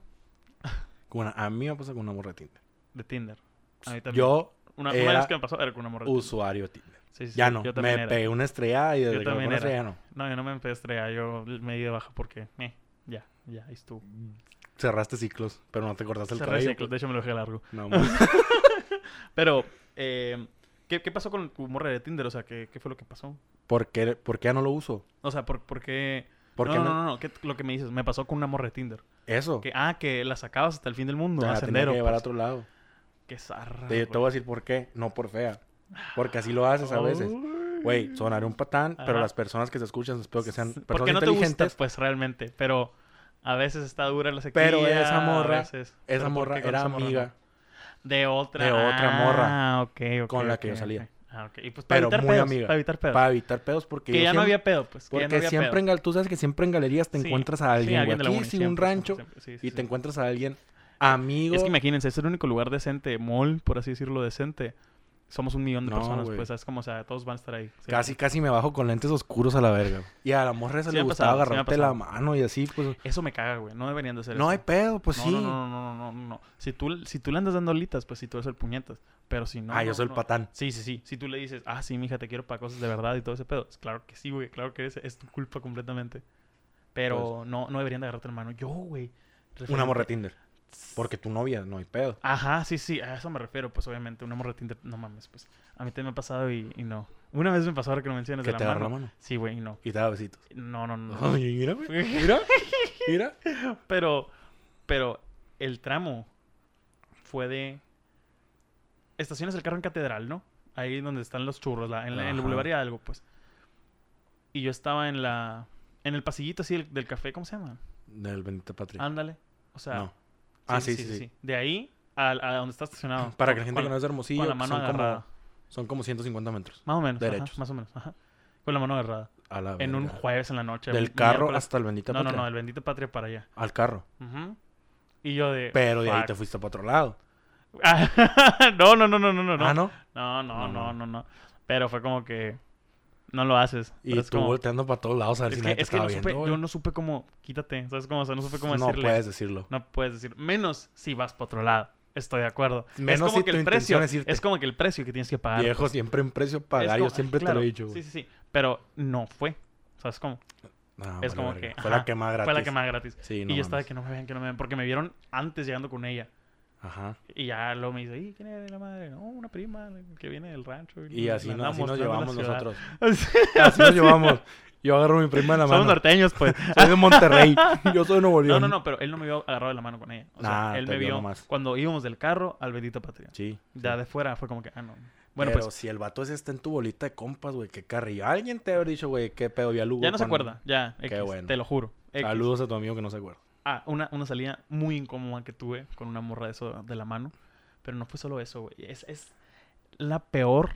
Speaker 2: con una- a mí me pasa con una morra de Tinder.
Speaker 1: de Tinder. A mí también.
Speaker 2: Yo,
Speaker 1: Una, una
Speaker 2: era
Speaker 1: vez que me pasó era con una morra. de Tinder.
Speaker 2: usuario de Tinder.
Speaker 1: Sí, sí,
Speaker 2: Ya
Speaker 1: sí,
Speaker 2: no,
Speaker 1: yo
Speaker 2: me
Speaker 1: también era.
Speaker 2: pegué una estrella y desde que me
Speaker 1: también
Speaker 2: puse
Speaker 1: era.
Speaker 2: estrella ya no.
Speaker 1: No, yo no me empecé a estrellar, yo me di de baja porque, eh, ya, ya, ahí estuvo.
Speaker 2: Cerraste ciclos, pero no te cortaste el
Speaker 1: Cerré
Speaker 2: cabello. pues.
Speaker 1: ciclos, de hecho me lo dejé largo.
Speaker 2: No, mames.
Speaker 1: Pero, eh, ¿qué, qué pasó con tu morra de Tinder? O sea, ¿qué, qué fue lo que pasó?
Speaker 2: ¿Por qué, ¿Por qué ya no lo uso?
Speaker 1: O sea, ¿por, por qué?
Speaker 2: ¿Por
Speaker 1: no,
Speaker 2: qué
Speaker 1: no, no, no, ¿qué- lo que me dices, me pasó con una morra de Tinder.
Speaker 2: Eso.
Speaker 1: Que, ah, que la sacabas hasta el fin del mundo,
Speaker 2: Ah,
Speaker 1: a
Speaker 2: tenía
Speaker 1: sendero.
Speaker 2: que llevar a
Speaker 1: pues. Ah,
Speaker 2: otro lado.
Speaker 1: Qué zarra,
Speaker 2: Te, te voy a decir por qué, no por fea. Porque así lo haces a veces. Güey, sonaré un patán, pero
Speaker 1: Ah, Ajá.
Speaker 2: las personas que te escuchan espero que sean personas
Speaker 1: Porque no te gusta,
Speaker 2: inteligentes.
Speaker 1: pues, realmente, pero... A veces está dura la sequía.
Speaker 2: Pero esa
Speaker 1: a
Speaker 2: morra-
Speaker 1: veces-
Speaker 2: Esa
Speaker 1: ¿Pero por
Speaker 2: morra
Speaker 1: qué con
Speaker 2: era
Speaker 1: esa morra no?
Speaker 2: amiga,
Speaker 1: De otra.
Speaker 2: De otra morra.
Speaker 1: Ah, ok, ok.
Speaker 2: Con la que
Speaker 1: ok,
Speaker 2: yo salía.
Speaker 1: ok. Ah, ok. Y pues para
Speaker 2: Pero
Speaker 1: evitar
Speaker 2: muy
Speaker 1: pedos.
Speaker 2: amiga.
Speaker 1: Para evitar pedos.
Speaker 2: para evitar pedos porque
Speaker 1: que ya
Speaker 2: yo
Speaker 1: no
Speaker 2: siempre-
Speaker 1: había pedo, pues. Que ya no
Speaker 2: porque
Speaker 1: había
Speaker 2: siempre
Speaker 1: pedo.
Speaker 2: en gal- tú sabes que siempre en galerías te
Speaker 1: Sí.
Speaker 2: encuentras a
Speaker 1: Sí,
Speaker 2: alguien, güey.
Speaker 1: de la
Speaker 2: Aquí
Speaker 1: uni,
Speaker 2: sí, un
Speaker 1: siempre,
Speaker 2: rancho
Speaker 1: siempre, siempre. Sí, sí,
Speaker 2: y
Speaker 1: sí.
Speaker 2: te encuentras a alguien amigo.
Speaker 1: Es que imagínense, es el único lugar decente, mall, por así decirlo, decente. Somos un millón de
Speaker 2: No,
Speaker 1: personas,
Speaker 2: güey.
Speaker 1: pues, es como, o sea, todos van a estar ahí. siempre.
Speaker 2: Casi, casi me bajo con lentes oscuros a la verga. güey. Y a la morra esa
Speaker 1: Sí me
Speaker 2: le
Speaker 1: ha
Speaker 2: gustaba
Speaker 1: pasado, sí me ha
Speaker 2: agarrarte la
Speaker 1: pasado.
Speaker 2: mano y así, pues.
Speaker 1: Eso me caga, güey. No deberían de hacer
Speaker 2: No hay
Speaker 1: eso.
Speaker 2: pedo, pues
Speaker 1: no,
Speaker 2: sí.
Speaker 1: No, no, no, no, no, no. Si tú, si tú le andas dando alitas, pues, si tú eres el puñetas. Pero si no...
Speaker 2: ah, yo
Speaker 1: no,
Speaker 2: soy
Speaker 1: no.
Speaker 2: el patán.
Speaker 1: Sí, sí, sí. Si tú le dices, ah, sí, mija, te quiero para cosas de verdad y todo ese pedo. es Claro que sí, güey. Claro que es, es tu culpa completamente. Pero no, no deberían de agarrarte la mano. Yo, güey.
Speaker 2: Pues Una
Speaker 1: referente-
Speaker 2: morra Tinder. Porque tu novia, no hay pedo.
Speaker 1: Ajá, sí, sí, a eso me refiero, pues obviamente, una morra de Tinder, no mames, pues. A mí también me ha pasado y, y no. Una vez me pasó ahora que lo mencionas
Speaker 2: Que
Speaker 1: de
Speaker 2: te
Speaker 1: la
Speaker 2: agarra
Speaker 1: mano.
Speaker 2: la mano.
Speaker 1: Sí, güey, y no.
Speaker 2: Y te da besitos.
Speaker 1: No, no, no.
Speaker 2: Ay, mira, güey. Mira. Mira.
Speaker 1: Pero, pero el tramo fue de. Estaciones el carro en Catedral, ¿no? Ahí donde están los churros, la- en, la- en el
Speaker 2: Ajá.
Speaker 1: Boulevard y algo, pues. Y yo estaba en la. En el pasillito así del, del café, ¿cómo se llama?
Speaker 2: Del bendita patria.
Speaker 1: Ándale. Ah, O sea.
Speaker 2: no.
Speaker 1: sí,
Speaker 2: Ah, sí, sí, sí.
Speaker 1: De ahí al- a, donde está estacionado.
Speaker 2: Para
Speaker 1: con-
Speaker 2: que la gente
Speaker 1: con
Speaker 2: que no es de Hermosillo,
Speaker 1: con la
Speaker 2: que
Speaker 1: mano
Speaker 2: son,
Speaker 1: agarrada.
Speaker 2: como, son como 150 metros.
Speaker 1: Más o menos. ajá,
Speaker 2: derechos.
Speaker 1: más o menos. Ajá. Con la mano agarrada.
Speaker 2: A la
Speaker 1: En un
Speaker 2: verga.
Speaker 1: jueves en la noche.
Speaker 2: Del
Speaker 1: un
Speaker 2: carro
Speaker 1: miércoles.
Speaker 2: hasta el bendita
Speaker 1: No, no,
Speaker 2: patria.
Speaker 1: no. El bendito patria para allá.
Speaker 2: Al carro.
Speaker 1: Ujú. Y yo de.
Speaker 2: Pero de ahí
Speaker 1: fuck.
Speaker 2: te fuiste para otro lado.
Speaker 1: Ah, no, no, no, no, no, no.
Speaker 2: Ah,
Speaker 1: no. No, no,
Speaker 2: ¿no?
Speaker 1: no,
Speaker 2: No, no.
Speaker 1: no, no. Pero fue como que no lo haces.
Speaker 2: Y
Speaker 1: Pero
Speaker 2: tú
Speaker 1: es como-
Speaker 2: volteando para todos lados a ver
Speaker 1: es
Speaker 2: si
Speaker 1: que,
Speaker 2: nadie te
Speaker 1: es que no
Speaker 2: estaba
Speaker 1: supe,
Speaker 2: viendo. güey.
Speaker 1: yo no supe cómo, quítate, ¿sabes cómo? O sea, no supe cómo
Speaker 2: no
Speaker 1: decirle.
Speaker 2: puedes decirlo.
Speaker 1: No puedes decir, menos si vas para otro lado. Estoy de acuerdo. es
Speaker 2: Menos
Speaker 1: como
Speaker 2: si
Speaker 1: que
Speaker 2: tu
Speaker 1: el precio
Speaker 2: intención es irte.
Speaker 1: como que el precio que tienes que pagar.
Speaker 2: Viejo, siempre en precio
Speaker 1: Es
Speaker 2: pagar.
Speaker 1: como-
Speaker 2: yo siempre
Speaker 1: claro,
Speaker 2: te lo he dicho.
Speaker 1: Sí,
Speaker 2: güey.
Speaker 1: sí, sí. Pero no fue. ¿Sabes cómo?
Speaker 2: No,
Speaker 1: es
Speaker 2: vale
Speaker 1: como
Speaker 2: verga.
Speaker 1: que,
Speaker 2: Fue la
Speaker 1: ajá,
Speaker 2: que más gratis.
Speaker 1: Fue la que más gratis.
Speaker 2: Sí,
Speaker 1: y
Speaker 2: no
Speaker 1: yo estaba de
Speaker 2: mames.
Speaker 1: que no me vean, que no me vean. Porque me vieron antes llegando con ella.
Speaker 2: Ajá.
Speaker 1: Y ya luego me dice, "Ey, ¿quién es la madre? No, una prima que viene del rancho.
Speaker 2: Y
Speaker 1: la
Speaker 2: así, no-
Speaker 1: andaba
Speaker 2: así nos
Speaker 1: mostrando la
Speaker 2: llevamos
Speaker 1: ciudad".
Speaker 2: nosotros.
Speaker 1: Así-
Speaker 2: Así nos Ah, llevamos. Yo agarro a mi prima de la
Speaker 1: Somos
Speaker 2: mano.
Speaker 1: norteños, pues.
Speaker 2: Soy de Monterrey. Yo soy de Nuevo
Speaker 1: No,
Speaker 2: León.
Speaker 1: no, no, pero él no me vio agarrado de la mano con ella. O sea,
Speaker 2: Nah,
Speaker 1: él
Speaker 2: te
Speaker 1: me
Speaker 2: vio
Speaker 1: vio
Speaker 2: nomás.
Speaker 1: cuando íbamos del carro al bendito patria.
Speaker 2: Sí.
Speaker 1: Ya de fuera fue como que, ah, no. Bueno,
Speaker 2: Pero
Speaker 1: pues
Speaker 2: si el vato ese está en tu bolita de compas, güey, qué carrillo. Alguien te habrá dicho, güey, qué pedo. Ya
Speaker 1: ya no se acuerda. Ya, X,
Speaker 2: bueno.
Speaker 1: te lo juro. X.
Speaker 2: Saludos a tu amigo que no se acuerda.
Speaker 1: Ah, una, una salida muy incómoda que tuve con una morra de eso de la mano. Pero no fue solo eso, güey. Es, es la peor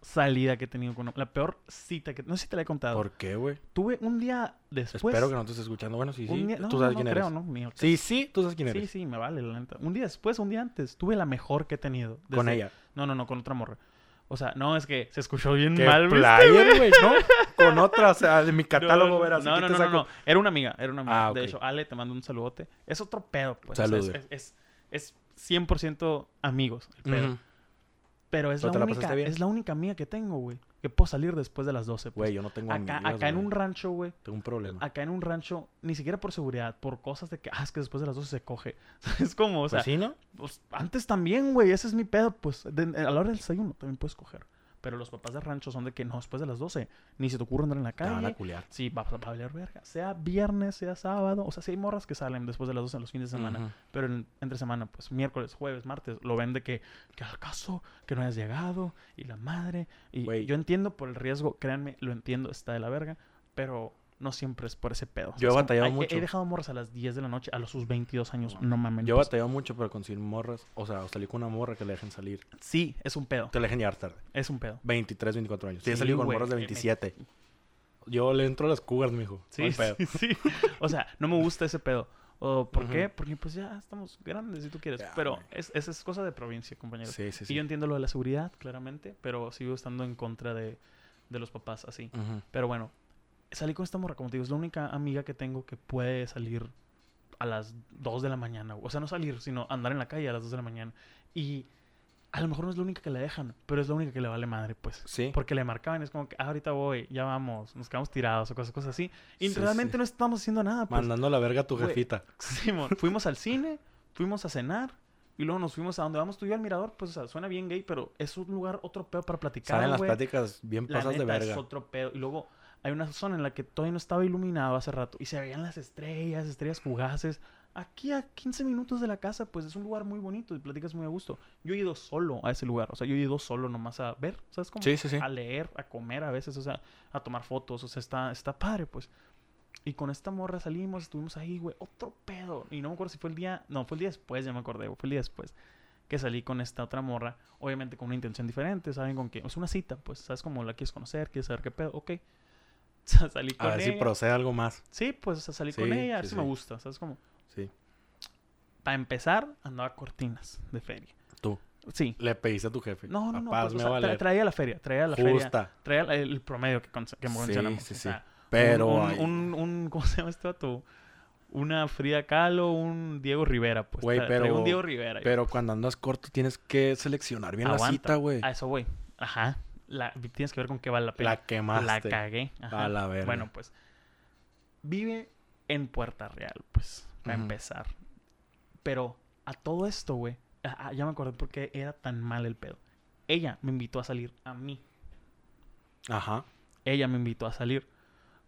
Speaker 1: salida que he tenido con una- La peor cita que... No sé si te la he contado.
Speaker 2: ¿Por qué, güey?
Speaker 1: Tuve un día después...
Speaker 2: Espero que no te estés escuchando. Bueno, sí,
Speaker 1: un
Speaker 2: sí.
Speaker 1: día-
Speaker 2: tú sabes quién
Speaker 1: creo,
Speaker 2: eres.
Speaker 1: no, ni-
Speaker 2: Sí, sí, tú sabes quién
Speaker 1: Sí,
Speaker 2: eres.
Speaker 1: sí, me vale, la neta. Un día después, un día antes, tuve la mejor que he tenido.
Speaker 2: Con
Speaker 1: Desde-
Speaker 2: ella.
Speaker 1: No, no, no, con otra morra. O sea, no, es que se escuchó bien
Speaker 2: Qué
Speaker 1: mal, ¿viste, güey?
Speaker 2: player, güey, ¿no? Con otra, o sea, de mi catálogo
Speaker 1: no,
Speaker 2: verás.
Speaker 1: No,
Speaker 2: aquí
Speaker 1: no,
Speaker 2: te
Speaker 1: no, no,
Speaker 2: saco.
Speaker 1: no. Era una amiga, era una amiga.
Speaker 2: Ah,
Speaker 1: De
Speaker 2: ok.
Speaker 1: hecho, Ale, te mando un saludote. Es otro pedo, pues. o sea, es-
Speaker 2: Saludo.
Speaker 1: es, es, es 100% amigos el pedo.
Speaker 2: Ujú.
Speaker 1: Pero es
Speaker 2: ¿Pero
Speaker 1: la,
Speaker 2: te la
Speaker 1: única,
Speaker 2: pasaste bien?
Speaker 1: es la única amiga que tengo, güey. Que puedo salir después de las 12, pues.
Speaker 2: Güey, yo no tengo
Speaker 1: acá
Speaker 2: amigas,
Speaker 1: acá en
Speaker 2: güey.
Speaker 1: un rancho, güey.
Speaker 2: Tengo un problema.
Speaker 1: Acá en un rancho, ni siquiera por seguridad, por cosas de que, ah, es que después de las 12 se coge. Es como, o sea,
Speaker 2: Pues sí, ¿no?
Speaker 1: pues, antes también, güey, ese es mi pedo, pues, de- a la hora del desayuno también puedes coger. Pero los papás de rancho son de que no, después de las 12, ni se te ocurre andar en la
Speaker 2: Te van a
Speaker 1: calle.
Speaker 2: culiar.
Speaker 1: Sí, va, va a valer verga. Sea viernes, sea sábado. O sea, sí hay morras que salen después de las 12 en los fines de semana.
Speaker 2: Ujú.
Speaker 1: Pero en- entre semana, pues miércoles, jueves, martes, lo ven de que, que acaso, que no hayas llegado, y la madre. Y
Speaker 2: Güey.
Speaker 1: yo entiendo por el riesgo, créanme, lo entiendo, está de la verga, pero no siempre es por ese pedo. O sea,
Speaker 2: Yo he
Speaker 1: es como-
Speaker 2: batallado
Speaker 1: ay, he- He,
Speaker 2: mucho.
Speaker 1: dejado morras a las 10 de la noche, a los sus 22 años. No mames.
Speaker 2: Yo he batallado mucho para conseguir morras. O sea, salí con una morra que le dejen salir.
Speaker 1: Sí, es un pedo.
Speaker 2: Te la dejen llegar tarde.
Speaker 1: Es un pedo.
Speaker 2: 23, 24 años. Sí, he
Speaker 1: Sí,
Speaker 2: salido con
Speaker 1: güey,
Speaker 2: morras de
Speaker 1: me-
Speaker 2: 27. Yo le entro a las cubas, mijo. No
Speaker 1: Sí,
Speaker 2: hay pedo.
Speaker 1: sí, sí. O sea, no me gusta ese pedo. O, ¿Por qué?
Speaker 2: Ujú.
Speaker 1: Porque pues ya estamos grandes, si tú quieres.
Speaker 2: Ya,
Speaker 1: pero
Speaker 2: güey.
Speaker 1: es, esa es cosa de provincia, compañero.
Speaker 2: Sí, sí,
Speaker 1: Y
Speaker 2: sí.
Speaker 1: yo entiendo lo de la seguridad, claramente, pero sigo estando en contra de, de los papás así.
Speaker 2: Ujú.
Speaker 1: Pero bueno, salí con esta morra, como te digo, es la única amiga que tengo que puede salir a las 2 de la mañana. O sea, no salir, sino andar en la calle a las 2 de la mañana. Y a lo mejor no es la única que le dejan, pero es la única que le vale madre, pues.
Speaker 2: Sí.
Speaker 1: Porque le marcaban, es como que, ah, ahorita voy, ya vamos, nos quedamos tirados o cosas, cosas así. Y
Speaker 2: Sí,
Speaker 1: realmente
Speaker 2: sí.
Speaker 1: no estamos haciendo nada, pues.
Speaker 2: Mandando la verga a tu
Speaker 1: güey.
Speaker 2: jefita.
Speaker 1: Simón, fuimos al cine, fuimos a cenar y luego nos fuimos a donde vamos tú y yo al mirador. Pues, o sea, suena bien gay, pero es un lugar otro pedo para platicar.
Speaker 2: Salen las
Speaker 1: güey.
Speaker 2: pláticas bien
Speaker 1: La
Speaker 2: pasas de
Speaker 1: neta,
Speaker 2: verga.
Speaker 1: es otro pedo. Y luego hay una zona en la que todavía no estaba iluminado hace rato y se veían las estrellas, estrellas fugaces. Aquí a 15 minutos de la casa, pues es un lugar muy bonito y platicas muy a gusto. Yo he ido solo a ese lugar, o sea, yo he ido solo nomás a ver, ¿sabes cómo?
Speaker 2: Sí, sí, sí.
Speaker 1: a leer, a comer a veces, o sea, a tomar fotos, o sea, está, está padre, pues. Y con esta morra salimos, estuvimos ahí, güey, otro pedo. Y no me acuerdo si fue el día, no, fue el día después, ya me acordé, güey, fue el día después que salí con esta otra morra, obviamente con una intención diferente, ¿saben con qué? Es una cita, pues, ¿sabes cómo la quieres conocer, quieres saber qué pedo? Ok. O sea, salí
Speaker 2: A
Speaker 1: con
Speaker 2: ver si
Speaker 1: ella.
Speaker 2: procede algo más.
Speaker 1: sí, pues, o sea, salí con
Speaker 2: Ah, Sí,
Speaker 1: ella, a ver
Speaker 2: sí,
Speaker 1: si me
Speaker 2: sí.
Speaker 1: gusta, ¿sabes cómo?
Speaker 2: Sí.
Speaker 1: Para empezar, andaba cortinas de feria.
Speaker 2: Tú.
Speaker 1: Sí.
Speaker 2: Le pediste a tu jefe.
Speaker 1: No, no, no. pues,
Speaker 2: Papás,
Speaker 1: o
Speaker 2: me
Speaker 1: sea,
Speaker 2: va a
Speaker 1: tra-
Speaker 2: valer.
Speaker 1: traía la feria, traía la feria
Speaker 2: Justa.
Speaker 1: traía la- el promedio que, con- que
Speaker 2: Sí,
Speaker 1: mencionamos.
Speaker 2: sí,
Speaker 1: o
Speaker 2: sí.
Speaker 1: sea,
Speaker 2: Pero
Speaker 1: Un, un-
Speaker 2: ay,
Speaker 1: un- un- ¿Cómo se llama este vato? Una Frida Kahlo, un Diego Rivera, pues.
Speaker 2: Güey,
Speaker 1: tra- traigo
Speaker 2: pero-
Speaker 1: un Diego Rivera. yo.
Speaker 2: Pero cuando andas corto tienes que seleccionar bien la
Speaker 1: Aguanta.
Speaker 2: cita, güey.
Speaker 1: A eso voy. Ajá. La, tienes que ver con qué vale la pena.
Speaker 2: La quemaste.
Speaker 1: cagué.
Speaker 2: A la verga.
Speaker 1: Bueno, pues. Vive en Puerta Real, pues, para
Speaker 2: Ujú.
Speaker 1: empezar. Pero a todo esto, güey, ah, ah, ya me acordé por qué era tan mal el pedo. Ella me invitó a salir a mí.
Speaker 2: Ajá.
Speaker 1: Ella me invitó a salir.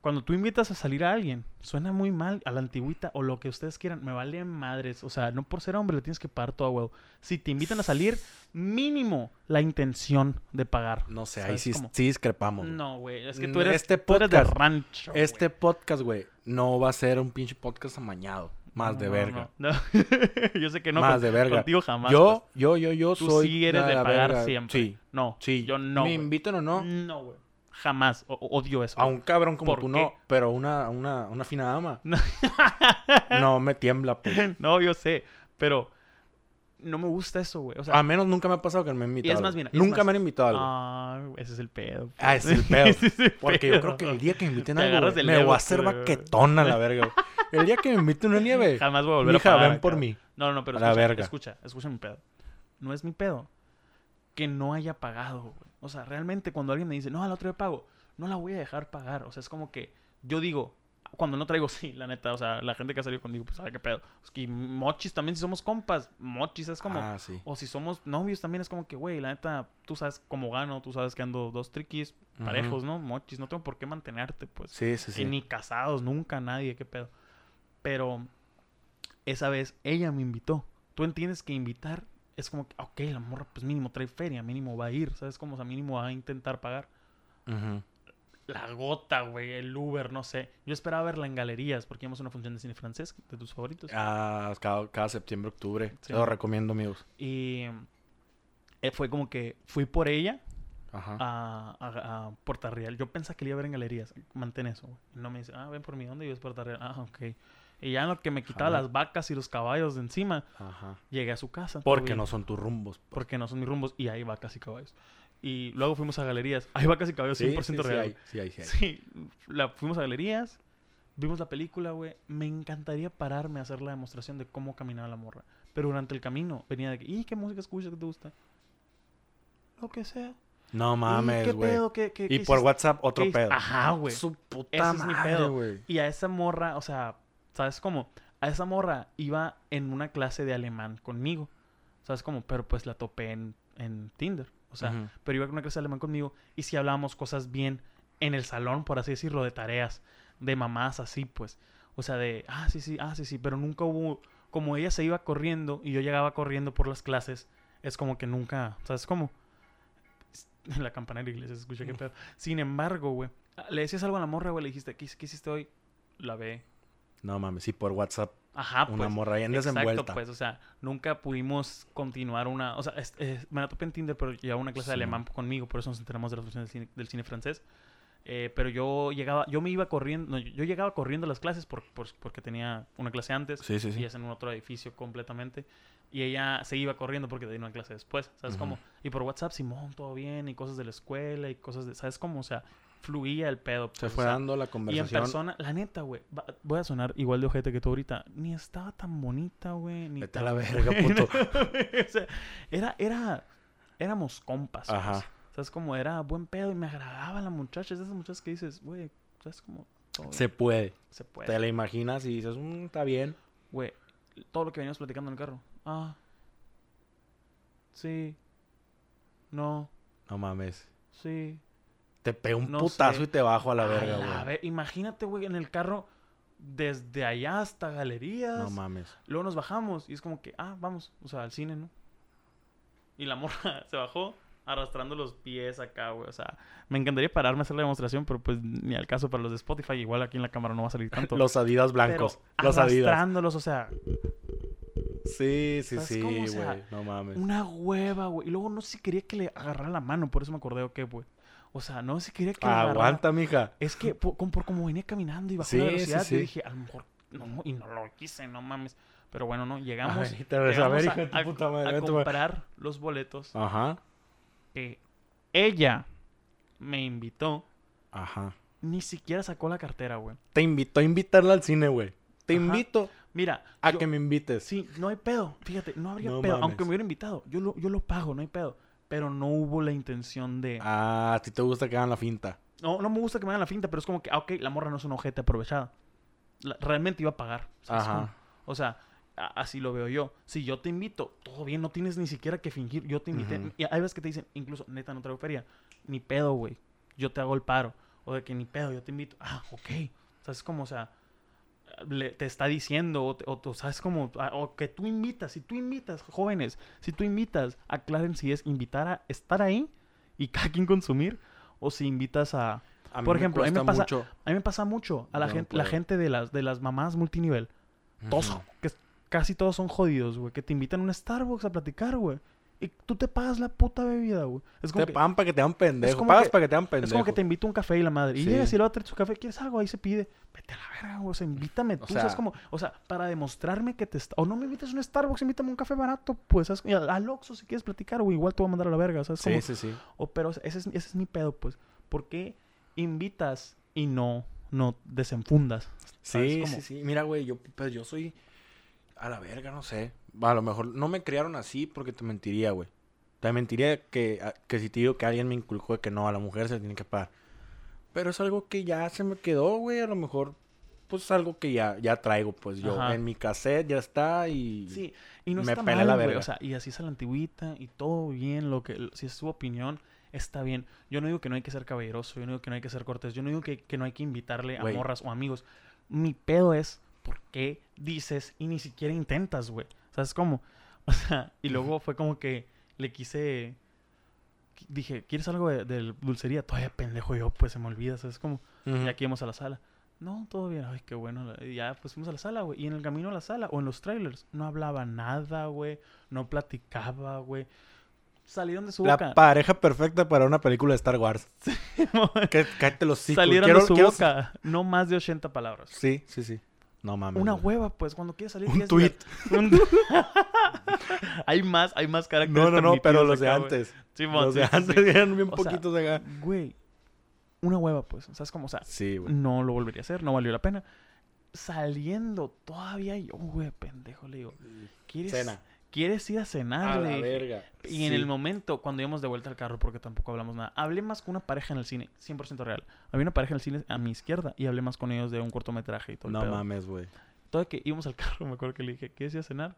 Speaker 1: Cuando tú invitas a salir a alguien, suena muy mal a la antigüita o lo que ustedes quieran. Me vale madres. O sea, no por ser hombre le tienes que pagar todo a huevo. Si te invitan a salir, mínimo la intención de pagar.
Speaker 2: No sé, ahí
Speaker 1: ¿Sabes
Speaker 2: sí,
Speaker 1: cómo?
Speaker 2: sí discrepamos. güey.
Speaker 1: No, güey. Es que tú
Speaker 2: No,
Speaker 1: eres,
Speaker 2: este
Speaker 1: tú eres de
Speaker 2: podcast-
Speaker 1: rancho. güey.
Speaker 2: Este podcast, güey, no va a ser un pinche podcast amañado. Más
Speaker 1: No,
Speaker 2: de
Speaker 1: no,
Speaker 2: verga.
Speaker 1: no, no. Yo sé que no.
Speaker 2: Más
Speaker 1: con-
Speaker 2: de verga.
Speaker 1: Contigo jamás. pues.
Speaker 2: Yo, yo, yo, yo
Speaker 1: Tú
Speaker 2: soy.
Speaker 1: sí eres
Speaker 2: la
Speaker 1: de pagar
Speaker 2: verga.
Speaker 1: siempre.
Speaker 2: Sí,
Speaker 1: No,
Speaker 2: sí.
Speaker 1: yo no.
Speaker 2: ¿Me
Speaker 1: güey.
Speaker 2: invitan o no?
Speaker 1: No, güey. Jamás. O- o- odio eso.
Speaker 2: A un cabrón como
Speaker 1: ¿Por
Speaker 2: tú
Speaker 1: qué?
Speaker 2: no, pero una, una, una fina dama.
Speaker 1: No.
Speaker 2: no me tiembla, pues.
Speaker 1: no, yo sé. Pero no me gusta eso, güey. O sea,
Speaker 2: a menos nunca me ha pasado que me han invitado.
Speaker 1: más,
Speaker 2: güey.
Speaker 1: mira, es
Speaker 2: nunca
Speaker 1: más-
Speaker 2: me han invitado a algo.
Speaker 1: ah, güey, ese es el pedo. pues.
Speaker 2: Ah, ese es el pedo.
Speaker 1: Ese es el
Speaker 2: Porque yo
Speaker 1: pedo.
Speaker 2: creo que el día que me inviten
Speaker 1: Te
Speaker 2: algo,
Speaker 1: agarras del
Speaker 2: güey, me
Speaker 1: ego,
Speaker 2: voy a hacer
Speaker 1: güey.
Speaker 2: baquetón a la verga, güey. El día que me inviten una nieve,
Speaker 1: Jamás voy a volver
Speaker 2: mija,
Speaker 1: a pagar.
Speaker 2: ven por
Speaker 1: acá.
Speaker 2: mí.
Speaker 1: No, no, pero
Speaker 2: A la
Speaker 1: escucha,
Speaker 2: verga.
Speaker 1: escucha, escucha mi pedo. No es mi pedo que no haya pagado, güey. O sea, realmente cuando alguien me dice, no, al otro día pago, no la voy a dejar pagar. O sea, es como que yo digo, cuando no traigo, sí, la neta, o sea, la gente que ha salido conmigo, pues, sabe qué pedo. Es que mochis también, si somos compas, mochis es como...
Speaker 2: Ah, sí.
Speaker 1: O si somos novios también es como que, güey, la neta, tú sabes cómo gano, tú sabes que ando dos triquis, parejos, ¿no? Mochis, no tengo por qué mantenerte, pues.
Speaker 2: Sí, sí,
Speaker 1: Y
Speaker 2: sí.
Speaker 1: ni casados, nunca, nadie, qué pedo. Pero esa vez ella me invitó. Tú entiendes que invitar es como que, ok, la morra, pues mínimo trae feria, mínimo va a ir, ¿sabes? Como, o sea, mínimo va a intentar pagar.
Speaker 2: Ujú.
Speaker 1: La gota, güey, el Uber, no sé. Yo esperaba verla en galerías porque íbamos a una función de cine francés, de tus favoritos.
Speaker 2: Ah, cada, cada septiembre, octubre.
Speaker 1: Sí.
Speaker 2: Te lo recomiendo, amigos.
Speaker 1: Y eh, fue como que fui por ella
Speaker 2: Ajá.
Speaker 1: Ah. a, a, a Puerta Real. Yo pensaba que le iba a ver en galerías. Mantén eso, güey. No me dice, ah, ven por mí, ¿dónde vives Puerta Real? Ah, ok. Y ya en lo que me quitaba
Speaker 2: Jala.
Speaker 1: las vacas y los caballos de encima,
Speaker 2: Ajá.
Speaker 1: llegué a su casa. todo
Speaker 2: Porque
Speaker 1: bien.
Speaker 2: no son tus rumbos. pues.
Speaker 1: Porque no son mis rumbos y hay vacas y caballos. Y luego fuimos a galerías. Hay vacas y caballos 100%
Speaker 2: sí, sí,
Speaker 1: real.
Speaker 2: hay, sí, hay, sí hay.
Speaker 1: Sí, la, fuimos a galerías, vimos la película, güey. Me encantaría pararme a hacer la demostración de cómo caminaba la morra. Pero durante el camino venía de que, ¿y qué música escuchas que te gusta? Lo que sea. "¿Y
Speaker 2: No
Speaker 1: ¿Qué
Speaker 2: mames, güey.
Speaker 1: pedo? ¿Qué, qué,
Speaker 2: Y
Speaker 1: qué
Speaker 2: por
Speaker 1: hiciste?".
Speaker 2: WhatsApp, otro
Speaker 1: ¿Qué hiciste?
Speaker 2: pedo.
Speaker 1: Ajá, güey.
Speaker 2: Su puta
Speaker 1: Ese es mi
Speaker 2: madre,
Speaker 1: pedo.
Speaker 2: güey.
Speaker 1: Y a esa morra, o sea, ¿sabes cómo? A esa morra iba en una clase de alemán conmigo. ¿Sabes cómo? Pero pues la topé en, en Tinder. O sea,
Speaker 2: Ujú.
Speaker 1: pero iba con una clase de alemán conmigo y si hablábamos cosas bien en el salón, por así decirlo, de tareas, de mamás, así pues. O sea, de, ah, sí, sí, ah, sí, sí, pero nunca hubo, como ella se iba corriendo y yo llegaba corriendo por las clases, es como que nunca, ¿sabes cómo? La campana de la iglesia se escucha que pedo. Sin embargo, güey, le decías algo a la morra, güey, le dijiste, ¿qué, qué hiciste hoy? La ve.
Speaker 2: No mames, sí, por WhatsApp,
Speaker 1: Ajá, pues.
Speaker 2: una morra ahí en
Speaker 1: Exacto,
Speaker 2: desenvuelta.
Speaker 1: pues, o sea, nunca pudimos continuar una, o sea, es- es- me la topé en Tinder, pero llevaba una clase de
Speaker 2: Sí.
Speaker 1: alemán conmigo, por eso nos enteramos de la función del cine, del cine francés. Eh, pero yo llegaba, yo me iba corriendo, no, yo llegaba corriendo a las clases por, por- porque tenía una clase antes
Speaker 2: Sí, sí, sí.
Speaker 1: y es en un otro edificio completamente. Y ella se iba corriendo porque tenía una clase después, ¿sabes
Speaker 2: Ujú.
Speaker 1: cómo? Y por WhatsApp, Simón, todo bien, y cosas de la escuela, y cosas de, ¿sabes cómo? O sea, fluía el pedo.
Speaker 2: Se
Speaker 1: pues, o
Speaker 2: fue
Speaker 1: sea,
Speaker 2: dando
Speaker 1: y
Speaker 2: la
Speaker 1: en
Speaker 2: conversación.
Speaker 1: persona, la neta, güey, va- voy a sonar igual de ojete que tú ahorita. Ni estaba tan bonita, güey. Ni
Speaker 2: Vete a
Speaker 1: tan
Speaker 2: la verga,
Speaker 1: buena,
Speaker 2: puto.
Speaker 1: güey. O sea, era, era, éramos compas. pues.
Speaker 2: Ajá.
Speaker 1: ¿Sabes cómo? Era buen pedo y me agradaba la muchacha. Es de esas muchachas que dices, güey, ¿sabes cómo? Todo
Speaker 2: Se puede.
Speaker 1: se
Speaker 2: Te
Speaker 1: puede.
Speaker 2: la imaginas y dices, "Mm, está bien.
Speaker 1: Güey, todo lo que veníamos platicando en el carro. Ah. Sí. No.
Speaker 2: No mames.
Speaker 1: Sí.
Speaker 2: Te pego un
Speaker 1: No
Speaker 2: putazo
Speaker 1: sé.
Speaker 2: y te bajo a la
Speaker 1: A
Speaker 2: verga,
Speaker 1: la
Speaker 2: güey.
Speaker 1: ve- Imagínate, güey, en el carro desde allá hasta galerías.
Speaker 2: No mames.
Speaker 1: Luego nos bajamos y es como que, ah, vamos, o sea, al cine, ¿no? Y la morra se bajó arrastrando los pies acá, güey. O sea, me encantaría pararme a hacer la demostración, pero pues ni al caso para los de Spotify. Igual aquí en la cámara no va a salir tanto.
Speaker 2: Los Adidas
Speaker 1: Pero
Speaker 2: blancos. los Adidas.
Speaker 1: arrastrándolos, o sea,
Speaker 2: Sí, sí,
Speaker 1: ¿Sabes
Speaker 2: sí,
Speaker 1: cómo?
Speaker 2: güey.
Speaker 1: O sea,
Speaker 2: no mames.
Speaker 1: una hueva, güey. Y luego no sé si quería que le agarrara la mano, por eso me acordé o qué, güey. O sea, no sé si quería que le agarrara-
Speaker 2: Aguanta, mija.
Speaker 1: Es que por, con- por como venía caminando y bajó
Speaker 2: Sí,
Speaker 1: la
Speaker 2: sí,
Speaker 1: velocidad,
Speaker 2: sí.
Speaker 1: yo dije, a lo mejor, no, y no lo quise, no mames. Pero bueno, no, llegamos.
Speaker 2: A ver, te ves, a
Speaker 1: Llegamos
Speaker 2: ver, hijo de tu puta madre,
Speaker 1: a
Speaker 2: vete, güey.
Speaker 1: comprar los boletos
Speaker 2: Ajá,
Speaker 1: que ella me invitó.
Speaker 2: ajá.
Speaker 1: Ni siquiera sacó la cartera, güey.
Speaker 2: Te invito a invitarla al cine, güey. Te
Speaker 1: Ajá.
Speaker 2: invito
Speaker 1: Mira,
Speaker 2: a
Speaker 1: yo-
Speaker 2: Ah, que me invites.
Speaker 1: sí, no hay pedo. Fíjate, no habría
Speaker 2: No
Speaker 1: pedo.
Speaker 2: mames.
Speaker 1: Aunque me hubiera invitado, yo lo, yo lo pago, no hay pedo. Pero no hubo la intención de.
Speaker 2: Ah, a ti te gusta que hagan la finta.
Speaker 1: No, no me gusta que me hagan la finta, pero es como que, ah, ok, la morra no es una ojete aprovechada. la- realmente iba a pagar. ¿sabes cómo?
Speaker 2: Ajá.
Speaker 1: O sea, a- así lo veo yo. Si yo te invito, todo bien, no tienes ni siquiera que fingir. Yo te invité.
Speaker 2: Ujú.
Speaker 1: Y hay veces que te dicen, incluso, neta, no traigo feria. Ni pedo, güey. Yo te hago el paro. O de que ni pedo, yo te invito. Ah, ok. O sea, es como, o sea, le- te está diciendo, o, te- o, o sea, es como, ah, o que tú invitas, si tú invitas, jóvenes, si tú invitas, aclaren si es invitar a estar ahí y cada quien consumir, o si invitas a...
Speaker 2: A mí
Speaker 1: Por
Speaker 2: me
Speaker 1: ejemplo, a mí me
Speaker 2: cuesta
Speaker 1: pasa-
Speaker 2: mucho.
Speaker 1: A mí me pasa mucho a la,
Speaker 2: Yo no
Speaker 1: gente, la
Speaker 2: puedo.
Speaker 1: gente de las, de las mamás multinivel. Todos,
Speaker 2: Ujú.
Speaker 1: que es- casi todos son jodidos, güey, que te invitan a un Starbucks a platicar, güey. Y tú te pagas la puta bebida, güey. Es como
Speaker 2: Te
Speaker 1: que-
Speaker 2: pagan para que te dan pendejo.
Speaker 1: como
Speaker 2: Pagas
Speaker 1: que-
Speaker 2: para que te dan pendejo.
Speaker 1: es como que te invita un café y la madre. Y
Speaker 2: Sí.
Speaker 1: llegas y luego traes tu café, ¿quieres algo? Ahí se pide. Vete a la verga, güey. O sea, invítame tú.
Speaker 2: O
Speaker 1: O sea, es
Speaker 2: sea-
Speaker 1: como, o sea, para demostrarme que te está. O no me invitas a un Starbucks, invítame un café barato, pues. ¿sabes? Y al- Al Oxxo si quieres platicar, güey. Igual te voy a mandar a la verga. O sea, es como.
Speaker 2: Sí, sí, sí.
Speaker 1: O, pero ese es, ese es mi pedo, pues. ¿Por qué invitas y no, no desenfundas? ¿Sabes
Speaker 2: Sí,
Speaker 1: cómo?
Speaker 2: sí, sí. Mira, güey, yo, pues, yo soy a la verga, no sé. A lo mejor no me criaron así porque te mentiría, güey. Te mentiría que, a- que si te digo que alguien me inculcó de que no, a la mujer se le tiene que pagar. Pero es algo que ya se me quedó, güey. A lo mejor, pues es algo que ya, ya traigo, pues yo.
Speaker 1: Ajá.
Speaker 2: En mi cassette ya está y...
Speaker 1: Sí, y no
Speaker 2: Me
Speaker 1: está
Speaker 2: pela
Speaker 1: mal,
Speaker 2: la
Speaker 1: güey,
Speaker 2: verga.
Speaker 1: O sea, y así es a la antigüita y todo bien, lo que si es su opinión está bien. Yo no digo que no hay que ser caballeroso, yo no digo que no hay que ser cortés, yo no digo que, que no hay que invitarle
Speaker 2: Güey.
Speaker 1: a morras o amigos. Mi pedo es por qué dices y ni siquiera intentas, güey. ¿Sabes cómo? O sea, y luego fue como que le quise qui- dije, ¿quieres algo de, de dulcería? Todavía pendejo yo, pues se me olvida, ¿sabes cómo?
Speaker 2: Ujú.
Speaker 1: Y aquí íbamos a la sala. No, todo bien. Ay, qué bueno. la- y Ya, pues fuimos a la sala, güey. Y en el camino a la sala o en los trailers, no hablaba nada, güey. No platicaba, güey. Salieron de su
Speaker 2: La
Speaker 1: boca.
Speaker 2: pareja perfecta para una película de Star Wars. Que cállate los hocico.
Speaker 1: Salieron
Speaker 2: Quiero-
Speaker 1: de su
Speaker 2: quiero-
Speaker 1: boca. No más de 80 palabras.
Speaker 2: Sí, sí, sí. No mames.
Speaker 1: Una
Speaker 2: güey.
Speaker 1: hueva, pues, cuando quieres salir.
Speaker 2: Un
Speaker 1: quieres
Speaker 2: tweet.
Speaker 1: ver- un- hay más, hay más caracteres.
Speaker 2: No, no, no, pero
Speaker 1: permitidos
Speaker 2: los de
Speaker 1: acá, güey.
Speaker 2: antes.
Speaker 1: Simón,
Speaker 2: Los
Speaker 1: sí,
Speaker 2: de
Speaker 1: sí, sí.
Speaker 2: antes eran bien
Speaker 1: O sea,
Speaker 2: poquitos acá.
Speaker 1: Güey, una hueva, pues. ¿Sabes cómo? O sea,
Speaker 2: Sí, güey.
Speaker 1: No lo volvería a hacer, no valió la pena. Saliendo todavía yo, güey, pendejo, le digo, ¿quieres,
Speaker 2: Cena.
Speaker 1: ¿quieres ir a cenar? Le dije.
Speaker 2: verga.
Speaker 1: Y en el momento, cuando íbamos de vuelta al carro, porque tampoco hablamos nada, hablé más con una pareja en el cine, 100% real. Había una pareja en el cine a mi izquierda y hablé más con ellos de un cortometraje y todo. el
Speaker 2: No
Speaker 1: pedo.
Speaker 2: mames, güey.
Speaker 1: Todo que íbamos al carro, me acuerdo que le dije, ¿quieres ir a cenar?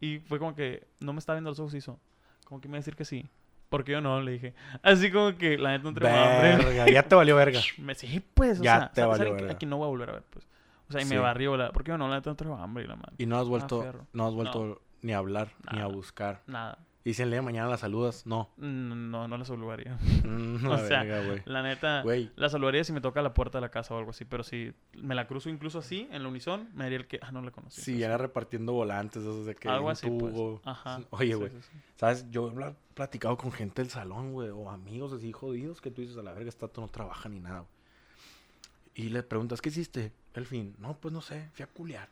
Speaker 1: Y fue como que no me estaba viendo los ojos y hizo, como que me iba a decir que sí. Porque yo no, le dije. Así como que la neta no tenía hambre.
Speaker 2: Verga, ya te valió verga.
Speaker 1: Me sí, pues,
Speaker 2: Ya
Speaker 1: o sea,
Speaker 2: te
Speaker 1: ¿sabes?
Speaker 2: valió
Speaker 1: Alguien que-
Speaker 2: verga.
Speaker 1: a quien no voy a volver a ver, pues. O sea, y
Speaker 2: Sí.
Speaker 1: me barrió la, porque yo no la neta, no tengo hambre y la madre.
Speaker 2: Y no has
Speaker 1: Ah,
Speaker 2: vuelto,
Speaker 1: fierro.
Speaker 2: no has vuelto ni a hablar, ni a
Speaker 1: Nada.
Speaker 2: buscar.
Speaker 1: Nada.
Speaker 2: Dicen, mañana las saludas. No.
Speaker 1: No, no, no la saludaría.
Speaker 2: Mm, la
Speaker 1: O sea,
Speaker 2: verga, güey.
Speaker 1: La neta,
Speaker 2: Güey.
Speaker 1: la saludaría si me toca la puerta de la casa o algo así, pero si me la cruzo incluso así, en la unison, me haría el que, ah, no la conocí.
Speaker 2: Sí,
Speaker 1: entonces,
Speaker 2: era repartiendo volantes, esos de que
Speaker 1: algo
Speaker 2: un
Speaker 1: así, pues.
Speaker 2: tubo.
Speaker 1: Ajá.
Speaker 2: Oye,
Speaker 1: Sí,
Speaker 2: güey,
Speaker 1: sí, sí.
Speaker 2: ¿sabes? Yo he habla- platicado con gente del salón, güey, o amigos así jodidos que tú dices, a la verga, esta no trabaja ni nada. güey". Y le preguntas, ¿qué hiciste? El fin, no, pues no sé, fui a culiar.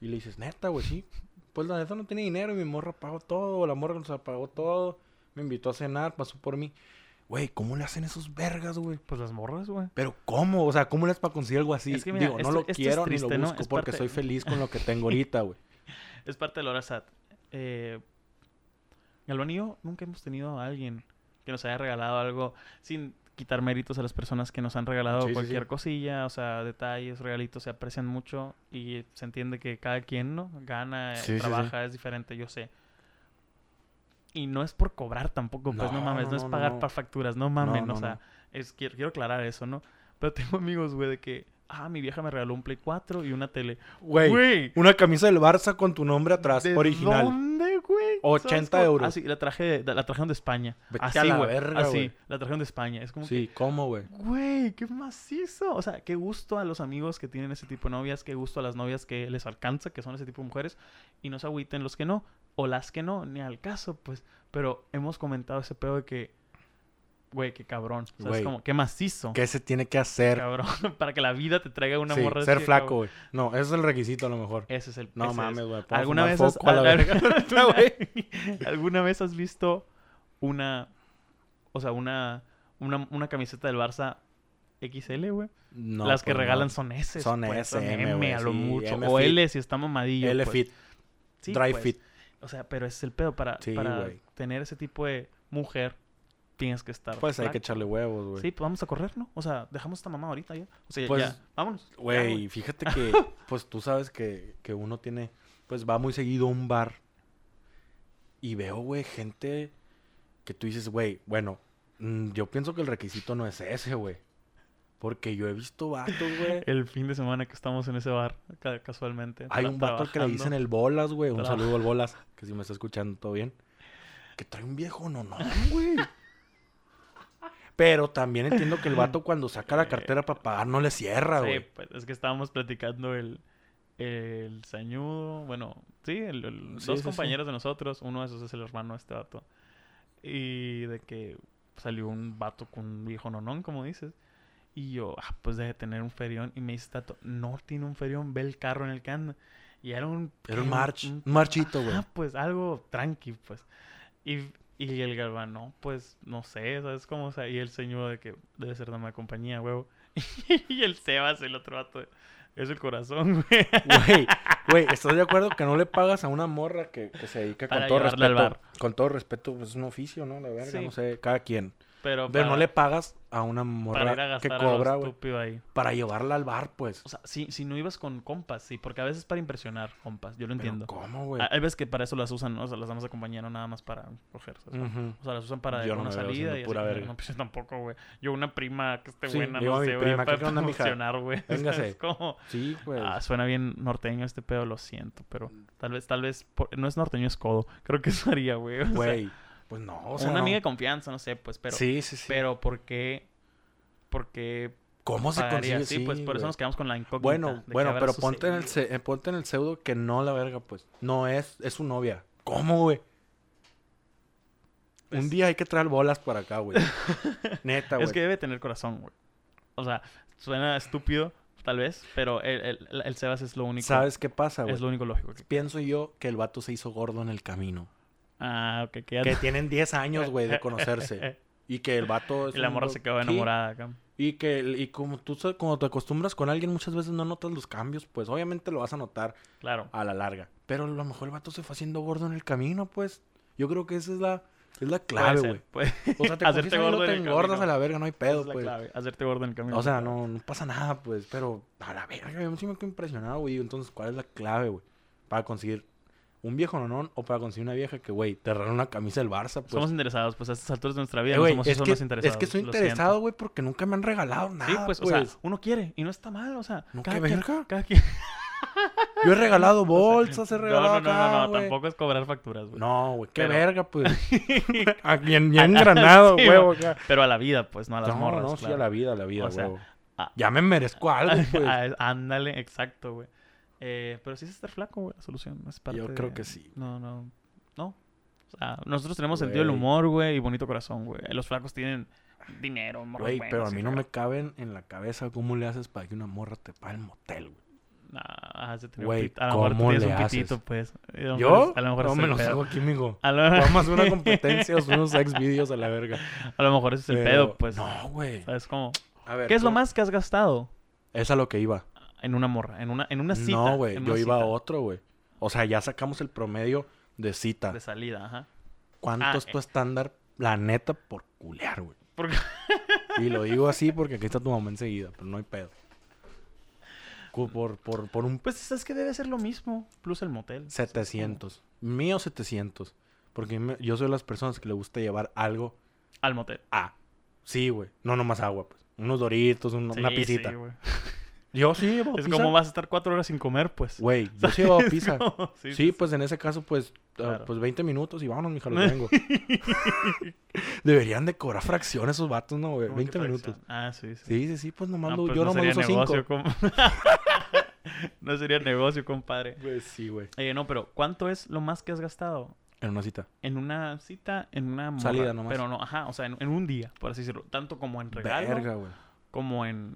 Speaker 2: Y le dices, neta, güey, sí. Pues la neta no tiene dinero y mi morra pagó todo, o la morra nos pagó todo, me invitó a cenar, pasó por mí. Güey, ¿cómo le hacen esos vergas, güey?
Speaker 1: Pues las morras, güey.
Speaker 2: Pero ¿cómo? O sea, ¿cómo le es para conseguir algo así?
Speaker 1: Es que mira,
Speaker 2: Digo,
Speaker 1: esto-
Speaker 2: no lo
Speaker 1: esto es
Speaker 2: quiero ni
Speaker 1: triste,
Speaker 2: lo
Speaker 1: ¿no?
Speaker 2: busco
Speaker 1: Es
Speaker 2: porque
Speaker 1: parte-
Speaker 2: soy feliz con lo que tengo ahorita, güey.
Speaker 1: Es parte de la hora SAT. Eh, Galván y yo nunca hemos tenido a alguien que nos haya regalado algo sin quitar méritos a las personas que nos han regalado
Speaker 2: Sí, sí, sí.
Speaker 1: cualquier cosilla, o sea, detalles, regalitos, se aprecian mucho y se entiende que cada quien, ¿no? Gana, eh,
Speaker 2: Sí, sí, sí.
Speaker 1: trabaja, es diferente, yo sé. Y no es por cobrar tampoco, pues no,
Speaker 2: No,
Speaker 1: mames,
Speaker 2: no,
Speaker 1: no, es
Speaker 2: no, no,
Speaker 1: pagar
Speaker 2: no.
Speaker 1: para facturas, no mames,
Speaker 2: no,
Speaker 1: o sea,
Speaker 2: no.
Speaker 1: es, quiero, quiero aclarar eso, ¿no? Pero tengo amigos, güey, de que, ah, mi vieja me regaló un Play 4 y una tele.
Speaker 2: Güey,
Speaker 1: Güey,
Speaker 2: una camisa del Barça con tu nombre atrás,
Speaker 1: ¿De
Speaker 2: original.
Speaker 1: ¿Dónde, güey?
Speaker 2: 80
Speaker 1: ¿Sabes cómo?
Speaker 2: euros.
Speaker 1: Así, la, traje, de- la trajeron de España.
Speaker 2: Vete
Speaker 1: así,
Speaker 2: a la
Speaker 1: güey.
Speaker 2: verga,
Speaker 1: así,
Speaker 2: güey.
Speaker 1: la trajeron de España. Es como
Speaker 2: Sí, ¿cómo, güey?
Speaker 1: que, güey, qué macizo. O sea, qué gusto a los amigos que tienen ese tipo de novias, qué gusto a las novias que les alcanza, que son ese tipo de mujeres. Y no se agüiten los que no, o las que no, ni al caso, pues. Pero hemos comentado ese pedo de que, güey, qué cabrón. O sea,
Speaker 2: Güey.
Speaker 1: es como, qué macizo.
Speaker 2: ¿Qué se tiene que hacer?
Speaker 1: Cabrón, para que la vida te traiga una
Speaker 2: Sí,
Speaker 1: morra. así
Speaker 2: ser
Speaker 1: de
Speaker 2: flaco,
Speaker 1: cabrón.
Speaker 2: güey. No, ese es el requisito a lo mejor.
Speaker 1: Ese es el
Speaker 2: No
Speaker 1: ese es.
Speaker 2: mames, güey. puedo
Speaker 1: ¿Alguna
Speaker 2: fumar
Speaker 1: vez, has,
Speaker 2: foco a la
Speaker 1: al-
Speaker 2: verga.
Speaker 1: alguna- alguna vez has visto una. O sea, una. Una, una camiseta del Barça XL, güey.
Speaker 2: No,
Speaker 1: Las que
Speaker 2: pues no.
Speaker 1: regalan son S.
Speaker 2: Son S, M, güey,
Speaker 1: a lo
Speaker 2: sí,
Speaker 1: mucho.
Speaker 2: M
Speaker 1: o
Speaker 2: fit.
Speaker 1: L si está mamadillo.
Speaker 2: L
Speaker 1: pues.
Speaker 2: fit,
Speaker 1: Sí,
Speaker 2: dry
Speaker 1: pues.
Speaker 2: fit.
Speaker 1: O sea, pero ese es el pedo para,
Speaker 2: Sí,
Speaker 1: para
Speaker 2: güey.
Speaker 1: tener ese tipo de mujer tienes que estar.
Speaker 2: Pues hay
Speaker 1: flaco.
Speaker 2: que echarle huevos, güey.
Speaker 1: Sí, pues vamos a correr, ¿no? O sea, dejamos esta mamá ahorita ya. O sea,
Speaker 2: Pues,
Speaker 1: ya, vámonos. ya,
Speaker 2: Güey, fíjate que, pues tú sabes que, que uno tiene, pues va muy seguido a un bar y veo, güey, gente que tú dices, güey, bueno, mm, yo pienso que el requisito no es ese, güey. Porque yo he visto vatos, güey.
Speaker 1: El fin de semana que estamos en ese bar, ca- casualmente.
Speaker 2: Hay
Speaker 1: tra-
Speaker 2: un vato al que le
Speaker 1: trabajando.
Speaker 2: dicen el bolas, güey. Un
Speaker 1: Traba-
Speaker 2: saludo al bolas, que si me está escuchando, todo bien. Que trae un viejo no, no, güey. Pero también entiendo que el vato cuando saca la cartera para pagar no le cierra,
Speaker 1: Sí,
Speaker 2: güey.
Speaker 1: pues es que estábamos platicando el, el sañudo, bueno, sí, el- el-
Speaker 2: Sí,
Speaker 1: dos
Speaker 2: sí, sí.
Speaker 1: compañeros de nosotros, uno de esos es el hermano de este vato, y de que salió un vato con un viejo nonón, como dices, y yo, ah, pues debe tener un ferión, y me dice Tato, no tiene un ferión, ve el carro en el que anda, y era un...
Speaker 2: Era
Speaker 1: ¿qué?
Speaker 2: un march,
Speaker 1: un-
Speaker 2: un marchito, güey.
Speaker 1: Ah, pues algo tranqui, pues. Y, y el galván, no, pues no sé, ¿sabes cómo? O sea, y el señor de que debe ser dama de compañía, huevo. y el Sebas, el otro vato, es el corazón, güey.
Speaker 2: Güey, güey, ¿estás de acuerdo que no le pagas a una morra que, que se dedica
Speaker 1: Para
Speaker 2: con todo
Speaker 1: llevarla
Speaker 2: respeto?
Speaker 1: al
Speaker 2: Con todo respeto, pues es un oficio, ¿no? La verga,
Speaker 1: Sí.
Speaker 2: no sé, cada quien.
Speaker 1: Pero,
Speaker 2: Pero
Speaker 1: para-
Speaker 2: no le pagas a una
Speaker 1: para ir a
Speaker 2: morra que
Speaker 1: gastar a lo
Speaker 2: cobra, güey,
Speaker 1: estúpido ahí.
Speaker 2: para llevarla al bar, pues.
Speaker 1: O sea, si, si no ibas con compas, sí, porque a veces para impresionar compas, yo lo
Speaker 2: Pero
Speaker 1: entiendo.
Speaker 2: ¿Cómo, güey?
Speaker 1: Ah, Hay veces que para eso las usan, ¿no? o sea, las damas de compañía, no nada más para coger, ¿sabes?
Speaker 2: Ujú.
Speaker 1: O sea, las usan para
Speaker 2: Yo no
Speaker 1: una
Speaker 2: me veo
Speaker 1: salida
Speaker 2: haciendo
Speaker 1: y
Speaker 2: pura
Speaker 1: así. como que
Speaker 2: verga.
Speaker 1: No, pues yo tampoco, güey. Yo una prima que esté
Speaker 2: Sí,
Speaker 1: buena,
Speaker 2: digo a
Speaker 1: no
Speaker 2: mi
Speaker 1: sé, güey.
Speaker 2: prima,
Speaker 1: Para
Speaker 2: ¿qué onda, mija?
Speaker 1: promocionar, güey.
Speaker 2: Véngase.
Speaker 1: Es como...
Speaker 2: Sí, pues.
Speaker 1: Ah, suena bien norteño este pedo, lo siento, pero tal vez, tal vez, por- no es norteño, es codo. Creo que eso haría, güey. O sea,
Speaker 2: Güey. Pues no, o sea.
Speaker 1: una
Speaker 2: no.
Speaker 1: amiga de confianza, no sé, pues, pero,
Speaker 2: sí, sí, sí.
Speaker 1: pero ¿por qué? ¿Por qué
Speaker 2: ¿Cómo se
Speaker 1: pagaría?
Speaker 2: consigue?
Speaker 1: Sí, pues, por eso
Speaker 2: güey.
Speaker 1: nos quedamos con la incógnita.
Speaker 2: Bueno,
Speaker 1: de qué
Speaker 2: bueno,
Speaker 1: habrá
Speaker 2: pero ponte en, el,
Speaker 1: sucedido.
Speaker 2: se- eh, ponte en el pseudo que no la verga, pues. No es, es su novia. ¿Cómo, güey?
Speaker 1: Pues-
Speaker 2: Un día hay que traer bolas para acá, güey. Neta, güey.
Speaker 1: Es que debe tener corazón, güey. O sea, suena estúpido, tal vez, pero el, el- el- el Sebas es lo único.
Speaker 2: ¿Sabes qué pasa, güey?
Speaker 1: Es lo único lógico. que-
Speaker 2: Pienso yo que el vato se hizo gordo en el camino.
Speaker 1: Ah, ok, que ya...
Speaker 2: Que tienen 10 años, güey, de conocerse. Y que el vato... es
Speaker 1: Y la
Speaker 2: un
Speaker 1: morra
Speaker 2: go-
Speaker 1: se quedó
Speaker 2: pues, Sí,
Speaker 1: enamorada acá.
Speaker 2: Y que el- y como tú sa- como te acostumbras con alguien, muchas veces no notas los cambios, pues obviamente lo vas a notar
Speaker 1: Claro.
Speaker 2: a la larga. Pero a lo mejor el vato se fue haciendo gordo en el camino, pues. Yo creo que esa es la, es la clave,
Speaker 1: ser,
Speaker 2: güey.
Speaker 1: puede-
Speaker 2: O sea, te
Speaker 1: Hacerte
Speaker 2: confiesan y no
Speaker 1: gordo en
Speaker 2: te
Speaker 1: el
Speaker 2: engordas
Speaker 1: camino.
Speaker 2: a la verga, no hay
Speaker 1: esa
Speaker 2: pedo,
Speaker 1: es la
Speaker 2: pues.
Speaker 1: clave, Hacerte gordo en el camino.
Speaker 2: O sea, no, no pasa nada, pues. Pero a la verga, yo sí me quedo impresionado, güey. Entonces, ¿cuál es la clave, güey? Para conseguir un viejo nonón o para conseguir una vieja que, güey, te regala una camisa del Barça, pues.
Speaker 1: somos interesados, pues a estas alturas de nuestra vida
Speaker 2: Eh,
Speaker 1: no
Speaker 2: güey,
Speaker 1: somos
Speaker 2: es,
Speaker 1: son
Speaker 2: que,
Speaker 1: los interesados.
Speaker 2: es que soy
Speaker 1: lo
Speaker 2: interesado, güey, porque nunca me han regalado
Speaker 1: siento.
Speaker 2: nada.
Speaker 1: Sí, pues, o sea, uno quiere y no está mal, o sea,
Speaker 2: No,
Speaker 1: cada,
Speaker 2: qué
Speaker 1: quien,
Speaker 2: verga.
Speaker 1: cada quien-
Speaker 2: Yo he regalado
Speaker 1: o sea,
Speaker 2: bolsas, he regalado.
Speaker 1: No, no, no, no, no,
Speaker 2: güey.
Speaker 1: tampoco es cobrar facturas, güey.
Speaker 2: No, güey, qué
Speaker 1: Pero-
Speaker 2: verga, pues. a quien bien granado,
Speaker 1: Sí,
Speaker 2: huevo,
Speaker 1: güey.
Speaker 2: acá.
Speaker 1: Pero a la vida, pues, no a las
Speaker 2: No,
Speaker 1: morras.
Speaker 2: no, sí, a
Speaker 1: claro.
Speaker 2: la vida, a la vida,
Speaker 1: O sea,
Speaker 2: huevo.
Speaker 1: a-
Speaker 2: Ya me merezco algo, pues.
Speaker 1: Ah, Ándale, exacto, güey. Eh, pero sí es estar flaco, güey, la solución. no Es parte
Speaker 2: Yo creo
Speaker 1: de-
Speaker 2: que sí.
Speaker 1: No, no. No. O sea, nosotros tenemos sentido del
Speaker 2: Güey.
Speaker 1: humor, güey, y bonito corazón, güey. Los flacos tienen dinero, morros
Speaker 2: Güey, pero a
Speaker 1: buenos y
Speaker 2: mí no
Speaker 1: acá.
Speaker 2: me caben en la cabeza cómo le haces para que una morra te pague el motel, güey.
Speaker 1: Nah, se tenía un
Speaker 2: Güey,
Speaker 1: pit- A lo mejor tú
Speaker 2: ¿cómo
Speaker 1: tienes
Speaker 2: le
Speaker 1: un
Speaker 2: haces?
Speaker 1: pitito, pues. A lo
Speaker 2: ¿Yo?
Speaker 1: mejor- A lo mejor
Speaker 2: no
Speaker 1: es
Speaker 2: me
Speaker 1: el
Speaker 2: los
Speaker 1: pedo.
Speaker 2: hago aquí, migo.
Speaker 1: A lo,
Speaker 2: Vamos a una competencia, o unos ex videos a la verga.
Speaker 1: a lo mejor ese es el
Speaker 2: Pero-
Speaker 1: pedo, pues.
Speaker 2: No, güey.
Speaker 1: ¿Sabes cómo?
Speaker 2: A ver.
Speaker 1: ¿Qué es lo
Speaker 2: ¿cómo?
Speaker 1: más que has gastado
Speaker 2: Es a lo que iba.
Speaker 1: en una morra? En una, en una cita.
Speaker 2: no, güey.
Speaker 1: en
Speaker 2: Yo
Speaker 1: una
Speaker 2: iba a
Speaker 1: cita
Speaker 2: otro, güey. O sea, ya sacamos el promedio de cita.
Speaker 1: De salida, ajá.
Speaker 2: ¿Cuánto
Speaker 1: Ah,
Speaker 2: es tu
Speaker 1: eh.
Speaker 2: estándar, la neta, por culear, güey?
Speaker 1: Porque-
Speaker 2: Y lo digo así porque aquí está tu mamá enseguida, pero no hay pedo. Cu- Por, por, por un
Speaker 1: Pues es que debe ser lo mismo, plus el motel.
Speaker 2: 700. Mío 700. Porque me- yo soy de las personas que le gusta llevar algo
Speaker 1: Al motel.
Speaker 2: a. Sí, güey. No nomás agua, pues. Unos doritos, un- una
Speaker 1: Sí,
Speaker 2: pisita.
Speaker 1: sí, güey.
Speaker 2: yo sí llevo
Speaker 1: es
Speaker 2: pizza.
Speaker 1: como vas a estar cuatro horas sin comer, pues.
Speaker 2: Güey, yo sí llevo
Speaker 1: Es
Speaker 2: pizza.
Speaker 1: como-
Speaker 2: Sí,
Speaker 1: sí, sí,
Speaker 2: pues en ese caso, pues, ah,
Speaker 1: Claro.
Speaker 2: pues 20 minutos y vámonos, mija, lo vengo. Deberían de cobrar fracciones esos vatos, ¿no, güey?
Speaker 1: como que
Speaker 2: 20 minutos.
Speaker 1: fracción. Ah, sí, sí.
Speaker 2: Sí, sí, sí, pues nomás
Speaker 1: Ah,
Speaker 2: lo-
Speaker 1: pues
Speaker 2: yo
Speaker 1: no
Speaker 2: nomás
Speaker 1: sería
Speaker 2: uso
Speaker 1: negocio,
Speaker 2: 5.
Speaker 1: com- no sería negocio, compadre.
Speaker 2: Pues sí, güey.
Speaker 1: Eh, no, pero ¿cuánto es lo más que has gastado?
Speaker 2: En una cita.
Speaker 1: En una cita, en una morra,
Speaker 2: Salida nomás.
Speaker 1: Pero no, ajá, o sea, en, en un día, por así decirlo. Tanto como en regalo,
Speaker 2: Verga, güey.
Speaker 1: como en...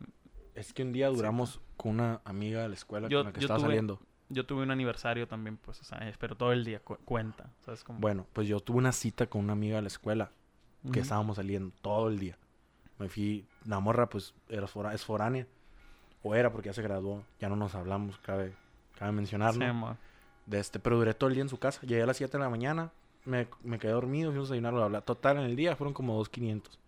Speaker 2: Es que un día duramos con una amiga de la escuela
Speaker 1: Yo-
Speaker 2: con la que
Speaker 1: yo
Speaker 2: estaba
Speaker 1: tuve-
Speaker 2: saliendo.
Speaker 1: Yo tuve un aniversario también, pues, o sea, eh, pero todo el día cu- cuenta, ¿sabes? Como,
Speaker 2: Bueno, pues yo tuve una cita con una amiga de la escuela
Speaker 1: ujú.
Speaker 2: que estábamos saliendo todo el día. Me fui, la morra pues era fora- es foránea. O era porque ya se graduó, ya no nos hablamos, cabe, cabe mencionar,
Speaker 1: Sí,
Speaker 2: ¿no?
Speaker 1: mo.
Speaker 2: De este, pero duré todo el día en su casa. Llegué a las 7 de la mañana, me, me quedé dormido, fuimos a desayunar, bla, bla. Total, en el día fueron como 2.500.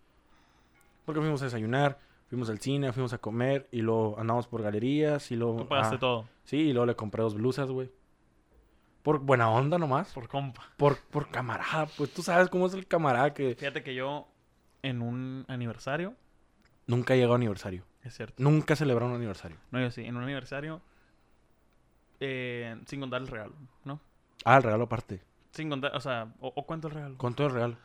Speaker 2: Porque fuimos a desayunar, fuimos al cine, fuimos a comer y luego andamos por galerías y luego...
Speaker 1: Tú pagaste
Speaker 2: ah,
Speaker 1: todo.
Speaker 2: Sí, y luego le compré dos blusas, güey. Por buena onda nomás.
Speaker 1: Por compa.
Speaker 2: Por, por camarada. Pues tú sabes cómo es el camarada que
Speaker 1: Fíjate que yo, en un aniversario,
Speaker 2: nunca llegó a aniversario.
Speaker 1: es cierto.
Speaker 2: Nunca celebró un aniversario.
Speaker 1: No, yo sí, en un aniversario, eh, sin contar el regalo, ¿no?
Speaker 2: Ah, el regalo aparte.
Speaker 1: Sin contar, o sea, o, o cuánto el regalo.
Speaker 2: ¿Cuánto es el regalo?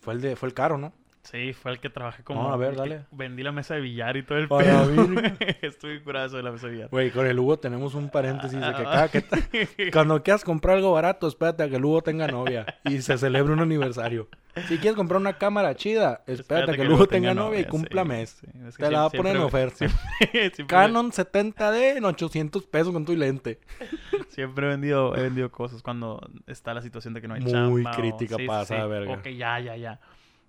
Speaker 2: Fue el, de, fue el caro, ¿no?
Speaker 1: Sí, fue el que trabajé como.
Speaker 2: No, a ver,
Speaker 1: el que
Speaker 2: dale.
Speaker 1: Vendí la mesa de billar y todo el
Speaker 2: A la
Speaker 1: pedo.
Speaker 2: virgen.
Speaker 1: güey. Estuve curazo de la mesa de billar.
Speaker 2: Güey, con el Hugo tenemos un paréntesis de
Speaker 1: Ah.
Speaker 2: que cada que... Cuando quieras comprar algo barato, espérate a que el Hugo tenga novia y se celebre un aniversario. Si quieres comprar una cámara chida, espérate, a que el Hugo tenga novia y cumpla mes. Te la va a poner en oferta.
Speaker 1: oferta.
Speaker 2: Canon 70D en 800 pesos con tu lente.
Speaker 1: Siempre he vendido, he vendido cosas cuando está la situación de que no hay
Speaker 2: Muy
Speaker 1: chamba. o-
Speaker 2: crítica pasa, verga.
Speaker 1: Ok, ya, ya, ya.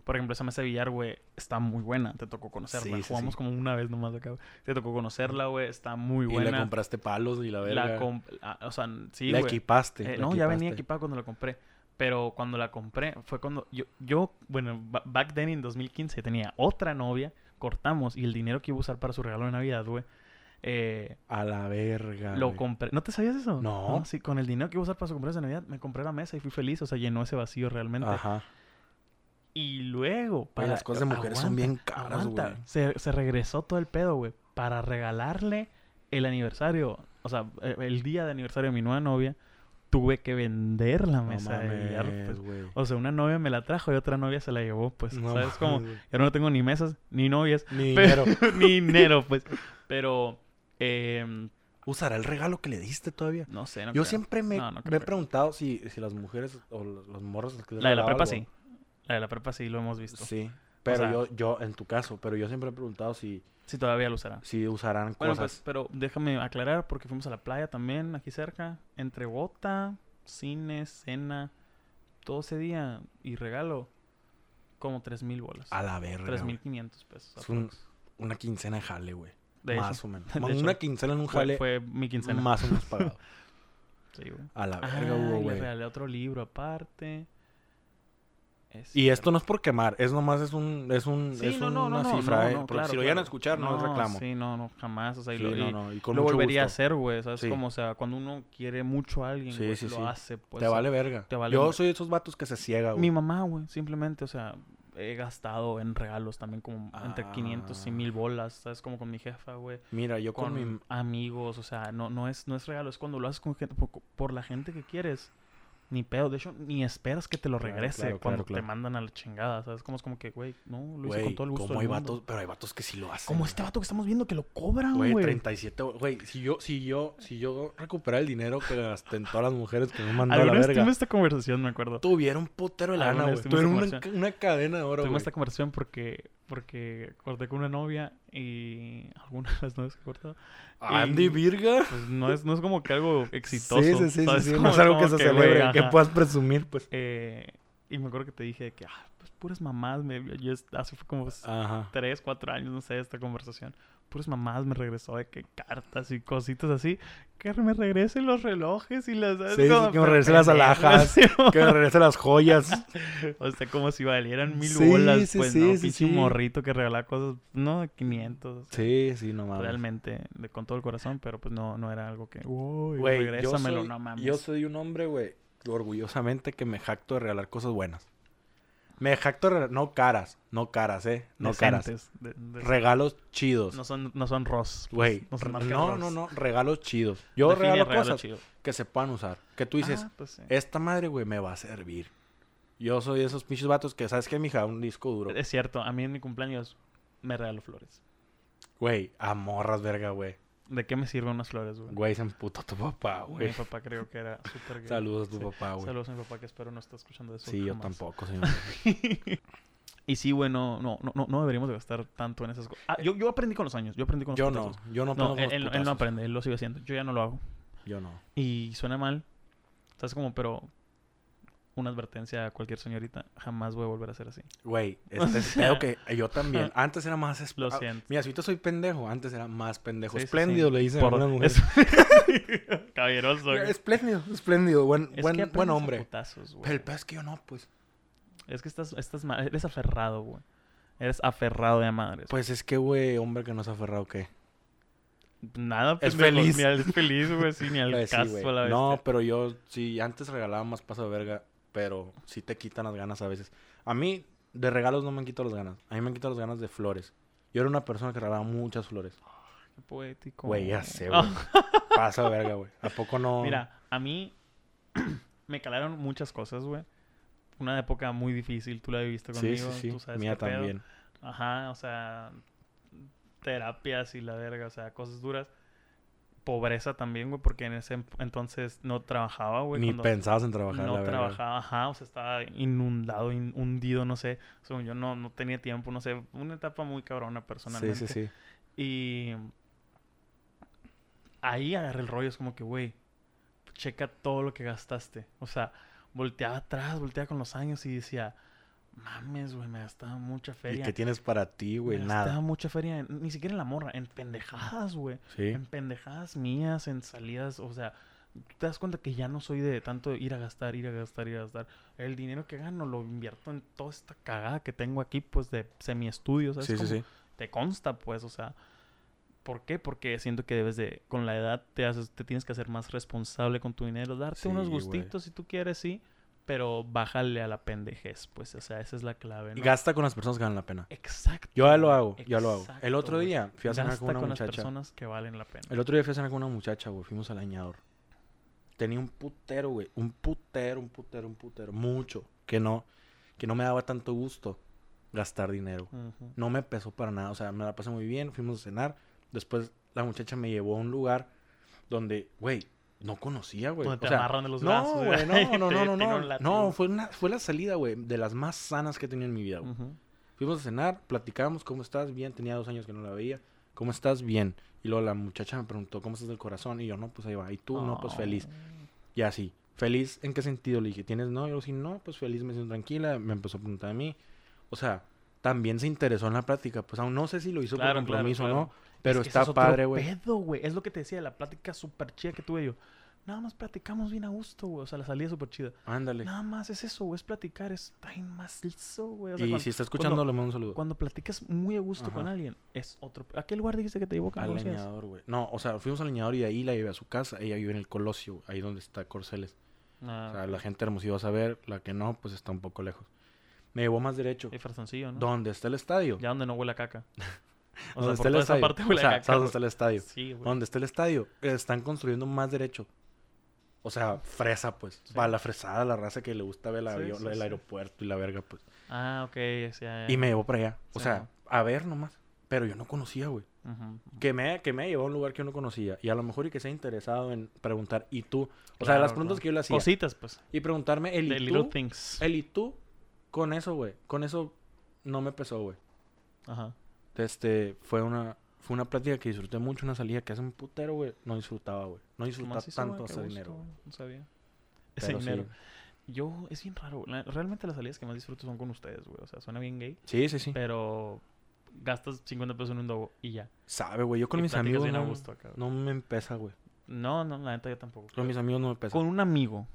Speaker 1: Por ejemplo, esa mesa de billar, güey, está muy buena. Te tocó conocerla.
Speaker 2: Sí, sí,
Speaker 1: Jugamos
Speaker 2: sí.
Speaker 1: como una vez nomás acá. güey. Te tocó conocerla, güey. Está muy
Speaker 2: Y le
Speaker 1: buena.
Speaker 2: compraste palos y la verga.
Speaker 1: La comp- ah, o sea, sí,
Speaker 2: la
Speaker 1: güey.
Speaker 2: equipaste.
Speaker 1: Eh,
Speaker 2: la
Speaker 1: no, ya venía
Speaker 2: equipaste.
Speaker 1: equipada cuando la compré. Pero cuando la compré, fue cuando yo, yo bueno, ba- back then en 2015 tenía otra novia, cortamos y el dinero que iba a usar para su regalo de Navidad, güey, eh,
Speaker 2: A la verga.
Speaker 1: lo
Speaker 2: Ah, güey.
Speaker 1: compré. ¿No te sabías eso?
Speaker 2: No.
Speaker 1: Sí, con el dinero que iba a usar para su cumpleaños de Navidad, me compré la mesa y fui feliz, o sea, llenó ese vacío realmente.
Speaker 2: Ajá.
Speaker 1: Y luego,
Speaker 2: Güey, las cosas de mujeres son bien caras,
Speaker 1: aguanta.
Speaker 2: güey.
Speaker 1: Se, se regresó todo el pedo, güey, para regalarle el aniversario, o sea, eh, el día de aniversario de mi nueva novia, tuve que vender la
Speaker 2: No
Speaker 1: mesa de billar,
Speaker 2: mames,
Speaker 1: pues,
Speaker 2: güey.
Speaker 1: o sea, una novia me la trajo y otra novia se la llevó, pues,
Speaker 2: No
Speaker 1: ¿sabes? Como,
Speaker 2: mames, güey.
Speaker 1: yo no tengo ni mesas, ni novias,
Speaker 2: Ni
Speaker 1: pero-
Speaker 2: dinero.
Speaker 1: ni dinero, pues. Pero, eh,
Speaker 2: ¿Usará el regalo que le diste todavía?
Speaker 1: no sé, no
Speaker 2: Yo
Speaker 1: creo.
Speaker 2: siempre me,
Speaker 1: No, no
Speaker 2: me he
Speaker 1: creo.
Speaker 2: preguntado si, si las mujeres o los, los morros... que les
Speaker 1: La de la
Speaker 2: regalaba
Speaker 1: prepa sí.
Speaker 2: algo-
Speaker 1: La de la prepa sí lo hemos visto.
Speaker 2: Sí. Pero
Speaker 1: sea-
Speaker 2: yo, yo, en tu caso, pero yo siempre he preguntado si,
Speaker 1: Sí, todavía lo usará.
Speaker 2: si usarán
Speaker 1: Bueno, pues,
Speaker 2: cosas.
Speaker 1: pero déjame aclarar porque fuimos a la playa también, aquí cerca. Entre bota, cine, cena, todo ese día y regalo, como tres mil bolas. Ah,
Speaker 2: a la verga.
Speaker 1: pues, Tres mil
Speaker 2: güey.
Speaker 1: quinientos pesos.
Speaker 2: Es un-
Speaker 1: aprox.
Speaker 2: Una quincena de jale, güey.
Speaker 1: De hecho,
Speaker 2: Más o menos.
Speaker 1: De
Speaker 2: Ma-
Speaker 1: hecho.
Speaker 2: una quincena en un
Speaker 1: fue,
Speaker 2: jale
Speaker 1: fue mi quincena.
Speaker 2: más o menos pagado.
Speaker 1: Sí, güey.
Speaker 2: A la
Speaker 1: Ah,
Speaker 2: verga, Hugo,
Speaker 1: y le
Speaker 2: güey.
Speaker 1: regalé otro libro aparte. Es
Speaker 2: Y esto
Speaker 1: cierto.
Speaker 2: no es por quemar, es nomás es un es un
Speaker 1: Sí,
Speaker 2: es
Speaker 1: no, no, no,
Speaker 2: una
Speaker 1: no,
Speaker 2: cifra,
Speaker 1: no,
Speaker 2: eh,
Speaker 1: no,
Speaker 2: porque
Speaker 1: claro,
Speaker 2: si lo llegan a
Speaker 1: claro.
Speaker 2: escuchar no, es reclamo.
Speaker 1: Sí, no, no, jamás. O sea, y
Speaker 2: Sí,
Speaker 1: lo,
Speaker 2: no,
Speaker 1: y
Speaker 2: no, y con
Speaker 1: lo
Speaker 2: mucho
Speaker 1: volvería
Speaker 2: gusto.
Speaker 1: a hacer, güey. ¿Sabes?
Speaker 2: Sí.
Speaker 1: Como, o sea, cuando uno quiere mucho a alguien,
Speaker 2: Sí,
Speaker 1: güey,
Speaker 2: sí,
Speaker 1: lo
Speaker 2: sí.
Speaker 1: hace. Pues,
Speaker 2: Te
Speaker 1: o sea,
Speaker 2: vale verga.
Speaker 1: te vale
Speaker 2: Yo
Speaker 1: verga.
Speaker 2: soy de esos vatos que se ciega, güey.
Speaker 1: Mi mamá, güey, simplemente, o sea, he gastado en regalos también como entre
Speaker 2: Ah.
Speaker 1: 500 y 1000 bolas, ¿sabes? Como con mi jefa, güey,
Speaker 2: Mira, yo con,
Speaker 1: con
Speaker 2: mi
Speaker 1: amigos, o sea, no, no, es, no es regalo, es cuando lo haces con gente, por, por la gente que quieres. Ni pedo, de hecho, ni esperas que te lo
Speaker 2: Claro,
Speaker 1: regrese
Speaker 2: claro,
Speaker 1: cuando
Speaker 2: claro, claro.
Speaker 1: te mandan a la chingada, ¿sabes? Como es como que, güey, no, lo hice
Speaker 2: güey,
Speaker 1: con todo el gusto
Speaker 2: como
Speaker 1: del
Speaker 2: hay
Speaker 1: mundo.
Speaker 2: vatos, pero hay vatos que sí lo hacen.
Speaker 1: Como
Speaker 2: güey.
Speaker 1: este vato que estamos viendo que lo cobran,
Speaker 2: Güey,
Speaker 1: güey.
Speaker 2: 37, güey, si yo si yo si yo recuperara el dinero que gasté en todas las mujeres que me mandó a la
Speaker 1: Alguna vez
Speaker 2: verga.
Speaker 1: tuvimos esta conversación, me acuerdo.
Speaker 2: Tuviera un putero de lana,
Speaker 1: Alguna
Speaker 2: güey.
Speaker 1: vez tuvimos
Speaker 2: Tuviera una,
Speaker 1: conversación.
Speaker 2: una cadena de oro,
Speaker 1: Tuvimos
Speaker 2: güey.
Speaker 1: esta conversación porque, porque corté con una novia y alguna de las novias que he cortado,
Speaker 2: Andy Virga.
Speaker 1: pues no es, no es como que algo exitoso.
Speaker 2: sí, sí, sí, sí,
Speaker 1: ¿sabes?
Speaker 2: sí,
Speaker 1: Como-
Speaker 2: no es algo
Speaker 1: como
Speaker 2: que se
Speaker 1: güey,
Speaker 2: celebre, que
Speaker 1: ajá.
Speaker 2: puedas presumir, pues.
Speaker 1: Eh, y me acuerdo que te dije que, ah, pues puras mamás, me, yo- yo es- hace fue como
Speaker 2: Ajá.
Speaker 1: tres, cuatro años, no sé, esta conversación. Puras mamás me regresó de que cartas y cositas así. Que me regresen los relojes y las... ¿sabes?
Speaker 2: Sí, sí,
Speaker 1: Como
Speaker 2: que me regresen las
Speaker 1: pendejo,
Speaker 2: alhajas,
Speaker 1: ¿sí?
Speaker 2: Que me regrese las joyas.
Speaker 1: O sea, como si valieran mil
Speaker 2: Sí,
Speaker 1: bolas,
Speaker 2: sí,
Speaker 1: pues
Speaker 2: sí,
Speaker 1: no,
Speaker 2: sí,
Speaker 1: pinche
Speaker 2: sí.
Speaker 1: morrito que regalaba cosas, no, 500. o sea,
Speaker 2: Sí, sí, no mames.
Speaker 1: Realmente, de- con todo el corazón, pero pues no, no era algo que, uy,
Speaker 2: Güey, yo
Speaker 1: regrésamelo,
Speaker 2: soy,
Speaker 1: no mames.
Speaker 2: yo soy un hombre, güey, orgullosamente que me jacto de regalar cosas buenas. Me jacto de regalar, no caras, no caras, eh, no caras.
Speaker 1: Decentes, de- de-
Speaker 2: Regalos chidos.
Speaker 1: no son, no son Ross. pues,
Speaker 2: Güey,
Speaker 1: no son
Speaker 2: no,
Speaker 1: marcas
Speaker 2: no,
Speaker 1: Ross.
Speaker 2: no, regalos chidos. Yo
Speaker 1: Define
Speaker 2: regalo
Speaker 1: regalo
Speaker 2: cosas
Speaker 1: chido.
Speaker 2: que se puedan usar. Que tú dices, "Eh,
Speaker 1: Ah, pues sí.
Speaker 2: esta madre, güey, me va a servir. Yo soy de esos pinches vatos que, ¿sabes qué, mija? Un disco duro.
Speaker 1: Es cierto, a mí en mi cumpleaños me regaló flores.
Speaker 2: Güey, a morras, verga, güey.
Speaker 1: ¿De qué me sirven unas flores, güey?
Speaker 2: Güey, se emputó tu papá,
Speaker 1: Mi
Speaker 2: güey.
Speaker 1: papá creo que era súper gay.
Speaker 2: Saludos a tu
Speaker 1: Sí.
Speaker 2: papá, güey.
Speaker 1: Saludos a mi papá que espero no esté escuchando eso.
Speaker 2: Sí, yo
Speaker 1: jamás.
Speaker 2: tampoco, señor.
Speaker 1: Y sí, güey, no, no, no- no, no deberíamos de gastar tanto en esas cosas. Ah, yo, yo aprendí con los años, yo aprendí con los
Speaker 2: Yo no,
Speaker 1: putazos.
Speaker 2: yo no
Speaker 1: No,
Speaker 2: pongo
Speaker 1: él,
Speaker 2: los
Speaker 1: él- él no
Speaker 2: putazos.
Speaker 1: aprende, él lo sigue haciendo. Yo ya no lo hago.
Speaker 2: Yo no.
Speaker 1: Y suena mal. Estás como, pero una advertencia a cualquier señorita. Jamás voy a volver a ser así.
Speaker 2: Güey,
Speaker 1: O
Speaker 2: este es
Speaker 1: sea.
Speaker 2: pedo que yo también. Antes era más
Speaker 1: Lo
Speaker 2: espléndido.
Speaker 1: siento.
Speaker 2: Ah, Mira, si ahorita soy pendejo, antes era más pendejo.
Speaker 1: Sí, sí,
Speaker 2: espléndido
Speaker 1: sí.
Speaker 2: le dicen
Speaker 1: Por-
Speaker 2: a una mujer.
Speaker 1: es- Caballeroso. güey. Es,
Speaker 2: Espléndido, espléndido. Buen,
Speaker 1: que
Speaker 2: buen,
Speaker 1: aprendes
Speaker 2: buen
Speaker 1: a
Speaker 2: hombre.
Speaker 1: putazos, güey.
Speaker 2: Pero el pedo es que yo no, pues.
Speaker 1: Es que estás, estás mal. Eres aferrado, güey. Eres aferrado de madres.
Speaker 2: Pues es que, güey, hombre que no se ha aferrado, ¿qué?
Speaker 1: Nada,
Speaker 2: es
Speaker 1: pendejo,
Speaker 2: feliz.
Speaker 1: Ni al, es feliz, güey. Sí, ni al
Speaker 2: Pues sí,
Speaker 1: caso
Speaker 2: güey.
Speaker 1: a la
Speaker 2: no,
Speaker 1: bestia.
Speaker 2: pero yo sí, antes regalaba más paso de verga, pero sí te quitan las ganas a veces. A mí, de regalos no me han quitado las ganas. A mí me han quitado las ganas de flores. Yo era una persona que regalaba muchas flores.
Speaker 1: Qué poético.
Speaker 2: Güey, ya sé,
Speaker 1: Ah,
Speaker 2: güey. Paso de verga, güey. ¿A poco no?
Speaker 1: Mira, a mí me calaron muchas cosas, güey. Una época muy difícil, tú la viviste
Speaker 2: Sí,
Speaker 1: conmigo.
Speaker 2: sí, sí.
Speaker 1: Tú sabes
Speaker 2: Mía
Speaker 1: qué pedo.
Speaker 2: también.
Speaker 1: Ajá, o sea, terapias y la verga, o sea, cosas duras. Pobreza también, güey, porque en ese ent- entonces no trabajaba, güey.
Speaker 2: Ni
Speaker 1: cuando
Speaker 2: pensabas en trabajar, la
Speaker 1: No
Speaker 2: verga.
Speaker 1: trabajaba, ajá, o sea, estaba inundado, in- hundido, no sé. Según yo, no, no tenía tiempo, no sé. Una etapa muy cabrona
Speaker 2: Sí,
Speaker 1: personalmente.
Speaker 2: sí, sí.
Speaker 1: Y ahí agarré el rollo, es como que, güey, checa todo lo que gastaste. O sea, volteaba atrás, volteaba con los años y decía, mames, güey, me gastaba mucha
Speaker 2: ¿Y
Speaker 1: feria.
Speaker 2: qué tienes para ti, güey?
Speaker 1: me
Speaker 2: Nada.
Speaker 1: gastaba mucha feria, en- ni siquiera en la morra, en pendejadas, güey.
Speaker 2: Sí.
Speaker 1: En pendejadas mías, en salidas, o sea, te das cuenta que ya no soy de tanto ir a gastar, ir a gastar, ir a gastar. El dinero que gano lo invierto en toda esta cagada que tengo aquí, pues, de semiestudios, ¿sabes?
Speaker 2: Sí, sí,
Speaker 1: cómo?
Speaker 2: sí.
Speaker 1: te consta, pues, o sea, ¿por qué? Porque siento que debes de, con la edad te haces, te tienes que hacer más responsable con tu dinero, darte
Speaker 2: Sí,
Speaker 1: unos
Speaker 2: güey.
Speaker 1: gustitos si tú quieres, sí, pero bájale a la pendejez, pues, o sea, esa es la clave,
Speaker 2: Y
Speaker 1: ¿no?
Speaker 2: Gasta con las personas que valen la pena.
Speaker 1: Exacto.
Speaker 2: Yo ya lo
Speaker 1: güey,
Speaker 2: hago, yo lo hago. El
Speaker 1: exacto,
Speaker 2: otro
Speaker 1: güey.
Speaker 2: día fui a cenar
Speaker 1: Gasta
Speaker 2: con una
Speaker 1: con las
Speaker 2: muchacha.
Speaker 1: personas que valen la pena.
Speaker 2: El otro día fui a cenar con una muchacha, güey. Fuimos al añador. Tenía un putero, güey. Un putero, un putero, un putero. Mucho. Que no, que no me daba tanto gusto gastar dinero.
Speaker 1: Ujú.
Speaker 2: No me pesó para nada. O sea, me la pasé muy bien. Fuimos a cenar. Después la muchacha me llevó a un lugar donde, güey, no conocía, güey.
Speaker 1: Donde
Speaker 2: O
Speaker 1: te
Speaker 2: sea,
Speaker 1: amarran de los brazos.
Speaker 2: no, güey, no, no, no, no, no. No,
Speaker 1: fue...
Speaker 2: fue, una, fue la salida, güey, de las más sanas que he tenido en mi vida,
Speaker 1: Mm.
Speaker 2: güey. Fuimos a cenar, platicamos, ¿cómo estás? Bien, tenía dos años que no la veía. ¿Cómo estás? Bien. Y luego la muchacha me preguntó, ¿cómo estás del corazón? Y yo, no, pues ahí va. Y tú, no,
Speaker 1: Oh.
Speaker 2: pues feliz. Y así, ¿feliz en qué sentido? Le dije, ¿tienes no? Yo sí, no, pues feliz, me siento tranquila. Me empezó a preguntar a mí. O sea, también se interesó en la plática. Pues aún no sé si lo hizo
Speaker 1: Claro,
Speaker 2: por
Speaker 1: claro,
Speaker 2: compromiso
Speaker 1: claro.
Speaker 2: o no, pero
Speaker 1: Es que ese es
Speaker 2: está
Speaker 1: otro
Speaker 2: padre, güey.
Speaker 1: pedo, güey. Es lo que te decía, la plática súper chida que tuve yo. Nada más platicamos bien a gusto, güey. O sea, la salida súper chida.
Speaker 2: Ándale.
Speaker 1: Nada más es eso, güey. Es platicar, es bien macizo, güey. O sea,
Speaker 2: y
Speaker 1: cuando,
Speaker 2: si está escuchando,
Speaker 1: cuando-
Speaker 2: le mando un saludo.
Speaker 1: cuando platicas muy a gusto con
Speaker 2: Ajá.
Speaker 1: alguien, es otro. ¿A qué lugar dijiste que te llevó que no
Speaker 2: Al
Speaker 1: conocías?
Speaker 2: leñador, güey. No, o sea, fuimos al leñador y de ahí la llevé a su casa. Ella vive en el Colosio, ahí donde está Corceles.
Speaker 1: Ah,
Speaker 2: O sea, la gente de Hermosillo va a saber, la que no, pues está un poco lejos. Me llevó más derecho.
Speaker 1: el Farsoncillo, ¿no?
Speaker 2: ¿Dónde está el estadio?
Speaker 1: Ya donde no huele a caca. O sea,
Speaker 2: ¿Dónde está
Speaker 1: por
Speaker 2: el
Speaker 1: toda esa
Speaker 2: estadio?
Speaker 1: parte
Speaker 2: o
Speaker 1: huele
Speaker 2: sea,
Speaker 1: a caca.
Speaker 2: ¿sabes dónde
Speaker 1: güey.
Speaker 2: está el estadio?
Speaker 1: Sí, güey.
Speaker 2: ¿Dónde está el estadio? Están construyendo más derecho. O sea, fresa, pues.
Speaker 1: Sí.
Speaker 2: Para la fresada, la raza que le gusta ver el,
Speaker 1: Sí,
Speaker 2: avión,
Speaker 1: sí,
Speaker 2: el
Speaker 1: sí.
Speaker 2: aeropuerto y la verga, pues.
Speaker 1: Ah, ok. sí, ya, ya.
Speaker 2: Y me llevó para allá. O
Speaker 1: Sí,
Speaker 2: sea, a ver nomás. Pero yo no conocía, güey.
Speaker 1: Ujú.
Speaker 2: Que me, que me llevó a un lugar que yo no conocía. Y a lo mejor y que sea interesado en preguntar, ¿y tú? O sea, las
Speaker 1: Claro,
Speaker 2: preguntas
Speaker 1: claro.
Speaker 2: que yo le hacía.
Speaker 1: Cositas, pues.
Speaker 2: Y preguntarme, ¿el
Speaker 1: The
Speaker 2: y
Speaker 1: little
Speaker 2: tú?
Speaker 1: things.
Speaker 2: El y tú, con eso, güey. Con eso no me pesó, güey.
Speaker 1: Ajá.
Speaker 2: Este, fue una, fue una plática que disfruté mucho, una salida que hace un putero, güey. No disfrutaba, güey. No
Speaker 1: ¿Qué
Speaker 2: disfrutaba
Speaker 1: más hizo,
Speaker 2: tanto
Speaker 1: güey? Qué
Speaker 2: ese
Speaker 1: gusto,
Speaker 2: dinero. güey.
Speaker 1: güey. No sabía. Ese
Speaker 2: Pero
Speaker 1: dinero. Yo, es bien raro. güey. La- realmente las salidas que más disfruto son con ustedes, güey. O sea, suena bien gay.
Speaker 2: Sí, sí, sí.
Speaker 1: Pero gastas 50 pesos en un dogo y ya.
Speaker 2: Sabe, güey. Yo con
Speaker 1: Y
Speaker 2: mis
Speaker 1: platicas
Speaker 2: amigos
Speaker 1: bien a
Speaker 2: no,
Speaker 1: gusto acá, güey.
Speaker 2: no me empeza, güey.
Speaker 1: No, no, la neta yo tampoco.
Speaker 2: Con mis amigos no me pesa.
Speaker 1: Con un amigo,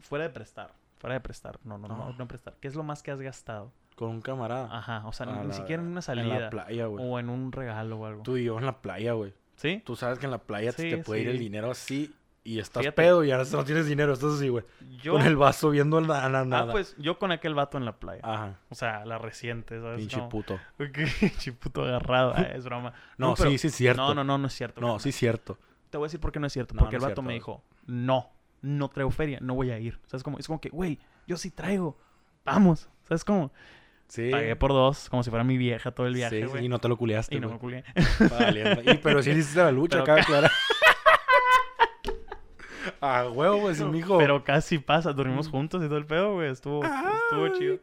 Speaker 1: fuera de prestar, fuera de prestar, no, no, no,
Speaker 2: No.
Speaker 1: no, prestar. ¿Qué es lo más que has gastado?
Speaker 2: Con un camarada.
Speaker 1: Ajá, Ah, o sea,
Speaker 2: Ah. A
Speaker 1: ni
Speaker 2: la
Speaker 1: siquiera en una
Speaker 2: En la
Speaker 1: salida
Speaker 2: playa, güey.
Speaker 1: o en un regalo o algo.
Speaker 2: Tú y yo en la playa, güey.
Speaker 1: ¿Sí?
Speaker 2: Tú sabes que en la playa
Speaker 1: Sí,
Speaker 2: te puede ir el
Speaker 1: sí.
Speaker 2: dinero así y estás
Speaker 1: Fíjate.
Speaker 2: pedo y ahora no tienes dinero. Estás así, güey.
Speaker 1: Yo,
Speaker 2: Con el vaso viendo la, la nada.
Speaker 1: ah, pues yo con aquel vato en la playa.
Speaker 2: Ajá.
Speaker 1: O sea, la reciente, ¿sabes?
Speaker 2: Pinche
Speaker 1: Como-
Speaker 2: puto.
Speaker 1: Pinche puto agarrado, ah, es broma.
Speaker 2: No,
Speaker 1: pero-
Speaker 2: sí, sí es cierto.
Speaker 1: No, no, no, no es cierto.
Speaker 2: No,
Speaker 1: carnal.
Speaker 2: sí es cierto.
Speaker 1: Te voy a decir por qué no es cierto.
Speaker 2: No,
Speaker 1: porque el
Speaker 2: no es
Speaker 1: vato me
Speaker 2: cierto.
Speaker 1: dijo, no, no traigo feria, no voy a ir. ¿Sabes cómo? Es como que, güey, yo sí traigo. Vamos. ¿Sabes cómo?
Speaker 2: Sí.
Speaker 1: Pagué por dos, como si fuera mi vieja todo el viaje,
Speaker 2: Sí, sí,
Speaker 1: güey.
Speaker 2: y no te lo culeaste,
Speaker 1: y no
Speaker 2: güey.
Speaker 1: me culé.
Speaker 2: Valiendo. Y, pero sí le hiciste la lucha,
Speaker 1: Pero
Speaker 2: acá, Clara. ah, huevo, güey, sí, mijo. Mm.
Speaker 1: Pero casi pasa. Dormimos juntos y todo el pedo, güey. Estuvo, estuvo chido.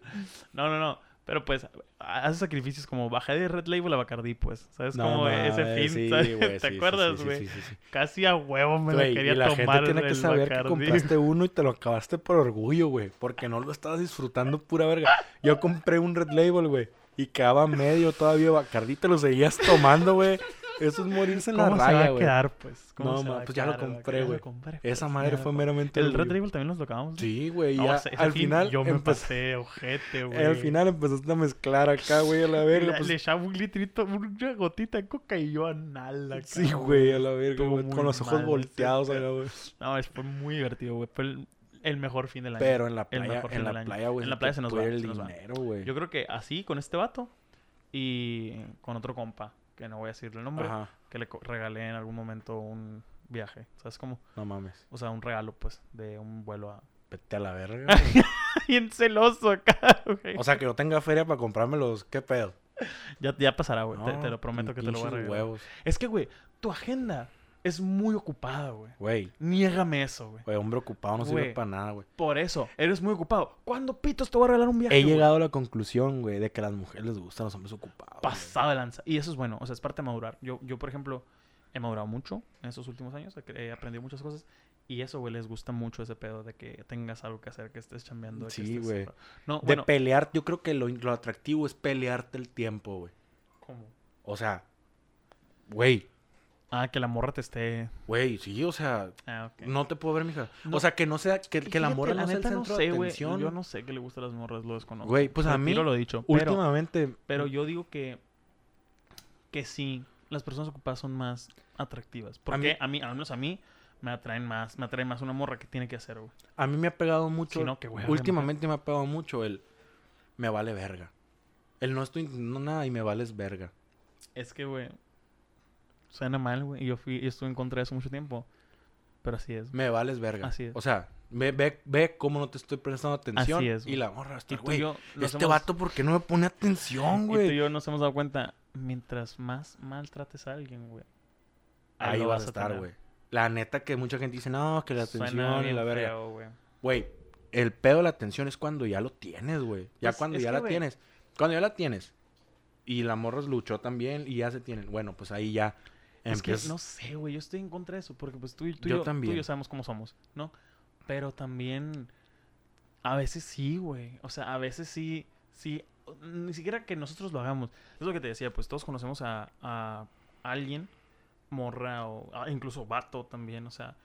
Speaker 1: No, no, no. Pero pues, hace sacrificios como bajé de Red Label a Bacardi, pues. ¿Sabes
Speaker 2: No,
Speaker 1: cómo
Speaker 2: mames,
Speaker 1: ese fin?
Speaker 2: sí,
Speaker 1: ¿sabes?
Speaker 2: güey,
Speaker 1: ¿Te
Speaker 2: sí, sí,
Speaker 1: acuerdas,
Speaker 2: sí,
Speaker 1: güey?
Speaker 2: sí, sí, sí.
Speaker 1: Casi a huevo me
Speaker 2: Güey,
Speaker 1: lo quería
Speaker 2: y la
Speaker 1: tomar.
Speaker 2: gente tiene que
Speaker 1: el
Speaker 2: saber que
Speaker 1: Bacardí.
Speaker 2: compraste uno y te lo acabaste por orgullo, güey. Porque no lo estabas disfrutando pura verga. Yo compré un Red Label, güey. Y quedaba medio todavía Bacardi. Te lo seguías tomando, güey. Eso es morirse en la
Speaker 1: ¿Cómo se va
Speaker 2: raya,
Speaker 1: a
Speaker 2: güey.
Speaker 1: quedar, pues? ¿Cómo
Speaker 2: No,
Speaker 1: se va
Speaker 2: ma,
Speaker 1: a
Speaker 2: pues ya lo
Speaker 1: quedar,
Speaker 2: compré,
Speaker 1: Ya lo
Speaker 2: güey.
Speaker 1: compré,
Speaker 2: Esa
Speaker 1: pues,
Speaker 2: madre
Speaker 1: ya
Speaker 2: fue
Speaker 1: lo
Speaker 2: meramente
Speaker 1: compré. ¿El
Speaker 2: orgullo.
Speaker 1: Red Label también nos lo acabamos?
Speaker 2: Sí, güey.
Speaker 1: No,
Speaker 2: ya
Speaker 1: ese- ese
Speaker 2: al
Speaker 1: fin
Speaker 2: final...
Speaker 1: Yo me
Speaker 2: empe-
Speaker 1: pasé, ojete, güey.
Speaker 2: Al final empezaste a mezclar acá, güey, a la
Speaker 1: Le-
Speaker 2: verga. pues,
Speaker 1: Le echaba un litrito, una gotita de coca y yo a nala.
Speaker 2: sí, güey, a la verga,
Speaker 1: Estuvo
Speaker 2: güey.
Speaker 1: muy
Speaker 2: Con los ojos
Speaker 1: mal ese
Speaker 2: volteados, acá,
Speaker 1: pedo.
Speaker 2: güey.
Speaker 1: No, es- fue muy divertido, güey. Fue el, el mejor fin del año.
Speaker 2: Pero en la
Speaker 1: El
Speaker 2: playa,
Speaker 1: mejor fin
Speaker 2: en
Speaker 1: del
Speaker 2: la
Speaker 1: año.
Speaker 2: playa, güey.
Speaker 1: En la playa se nos
Speaker 2: fue
Speaker 1: va,
Speaker 2: el
Speaker 1: se nos va.
Speaker 2: dinero, güey.
Speaker 1: Yo creo que así, con este vato y con otro compa, que no voy a decirle el nombre,
Speaker 2: Ajá,
Speaker 1: que le co- regalé en algún momento un viaje. ¿Sabes cómo?
Speaker 2: no mames.
Speaker 1: O sea, un regalo, pues, de un vuelo a...
Speaker 2: Vete a la verga, güey.
Speaker 1: Bien celoso acá, güey.
Speaker 2: O sea, que no tenga feria para comprarme los... ¿Qué pedo?
Speaker 1: ya, ya pasará, güey. te,
Speaker 2: No,
Speaker 1: te lo prometo
Speaker 2: mis
Speaker 1: que te lo voy a
Speaker 2: pinches
Speaker 1: regalar.
Speaker 2: huevos.
Speaker 1: Es que, güey, tu agenda es muy ocupada, güey.
Speaker 2: Güey,
Speaker 1: Niégame eso, güey.
Speaker 2: güey, hombre ocupado no
Speaker 1: Güey.
Speaker 2: sirve para nada, güey.
Speaker 1: Por eso, eres muy ocupado. ¿Cuándo pitos te voy a regalar un viaje?
Speaker 2: He
Speaker 1: güey?
Speaker 2: llegado a la conclusión, güey, de que a las mujeres les gustan los hombres ocupados. güey.
Speaker 1: pasado de lanza. Y eso es bueno, o sea, es parte de madurar. Yo, yo por ejemplo, he madurado mucho en estos últimos años, he cre- he aprendido muchas cosas. Y eso, güey, les gusta mucho ese pedo de que tengas algo que hacer, que estés chambeando. que
Speaker 2: Sí,
Speaker 1: estés-
Speaker 2: güey.
Speaker 1: No,
Speaker 2: De
Speaker 1: bueno,
Speaker 2: pelear, yo creo que lo, lo atractivo es pelearte el tiempo, güey.
Speaker 1: ¿cómo?
Speaker 2: O sea, güey,
Speaker 1: Ah, que la morra te esté.
Speaker 2: güey, sí, o sea,
Speaker 1: Ah, ok.
Speaker 2: no te puedo ver, mija.
Speaker 1: No.
Speaker 2: O sea, que no sea, que, que la
Speaker 1: Fíjate,
Speaker 2: morra no sea el
Speaker 1: neta,
Speaker 2: centro de
Speaker 1: sé, güey.
Speaker 2: atención.
Speaker 1: Yo no sé qué le gusta a las morras, lo desconozco.
Speaker 2: Güey, pues a
Speaker 1: Retiro
Speaker 2: mí,
Speaker 1: lo dicho. Pero,
Speaker 2: Últimamente,
Speaker 1: pero yo digo que. Que sí, las personas ocupadas son más atractivas. Porque
Speaker 2: mí-
Speaker 1: a mí, al menos a mí, me atraen más. Me atrae más una morra que tiene que hacer, güey.
Speaker 2: a mí me ha pegado mucho.
Speaker 1: Si no, pues, qué hueva,
Speaker 2: últimamente me ha pegado mucho el me vale verga. El no estoy intentando nada y me vales verga.
Speaker 1: Es que, güey. Suena mal, güey. y Yo, fui, yo estuve en contra de eso mucho tiempo. Pero así es. güey.
Speaker 2: Me vales verga.
Speaker 1: Así es.
Speaker 2: O sea, ve, ve, ve cómo no te estoy prestando atención.
Speaker 1: Así es,
Speaker 2: Y
Speaker 1: güey.
Speaker 2: la morra está,
Speaker 1: Y tú
Speaker 2: güey.
Speaker 1: y yo nos
Speaker 2: Este
Speaker 1: hemos-
Speaker 2: vato, ¿por qué no me pone atención,
Speaker 1: Y tú y
Speaker 2: güey?
Speaker 1: yo nos hemos dado cuenta. Mientras más maltrates a alguien, güey.
Speaker 2: Ahí
Speaker 1: lo
Speaker 2: vas a estar,
Speaker 1: tener.
Speaker 2: güey. La neta que mucha gente dice, no, que la
Speaker 1: Suena
Speaker 2: atención y
Speaker 1: bien
Speaker 2: la verga.
Speaker 1: feo, güey.
Speaker 2: Güey, el pedo de la atención es cuando ya lo tienes, güey. Ya
Speaker 1: Pues,
Speaker 2: cuando
Speaker 1: es
Speaker 2: ya
Speaker 1: que,
Speaker 2: la
Speaker 1: güey.
Speaker 2: tienes. Cuando ya la tienes. Y la morra luchó también y ya se tienen. Bueno, pues ahí ya
Speaker 1: Es que
Speaker 2: empiezas-
Speaker 1: no sé, güey. Yo estoy en contra de eso. Porque pues tú, y- tú, y yo,
Speaker 2: Yo
Speaker 1: tú y
Speaker 2: también.
Speaker 1: yo sabemos cómo somos, ¿no? Pero también. A veces sí, güey. O sea, a veces sí. sí ni siquiera que nosotros lo hagamos. Es lo que te decía, pues todos conocemos a, a alguien, morra o ah, incluso vato también, o sea,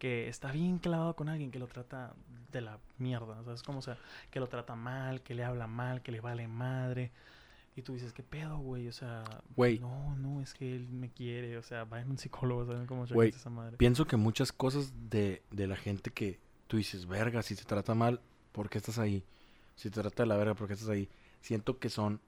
Speaker 1: que está bien clavado con alguien que lo trata de la mierda, ¿sabes? Como, o sea, que lo trata mal, que le habla mal, que le vale madre. Y tú dices, ¿qué pedo, güey? O sea,
Speaker 2: Güey.
Speaker 1: no, no, es que él me quiere, o sea, va en un psicólogo, ¿saben cómo
Speaker 2: Güey,
Speaker 1: esa madre?
Speaker 2: Pienso que muchas cosas de, de la gente que tú dices, verga, si te trata mal, ¿por qué estás ahí? Si te trata de la verga, ¿por qué estás ahí? Siento que son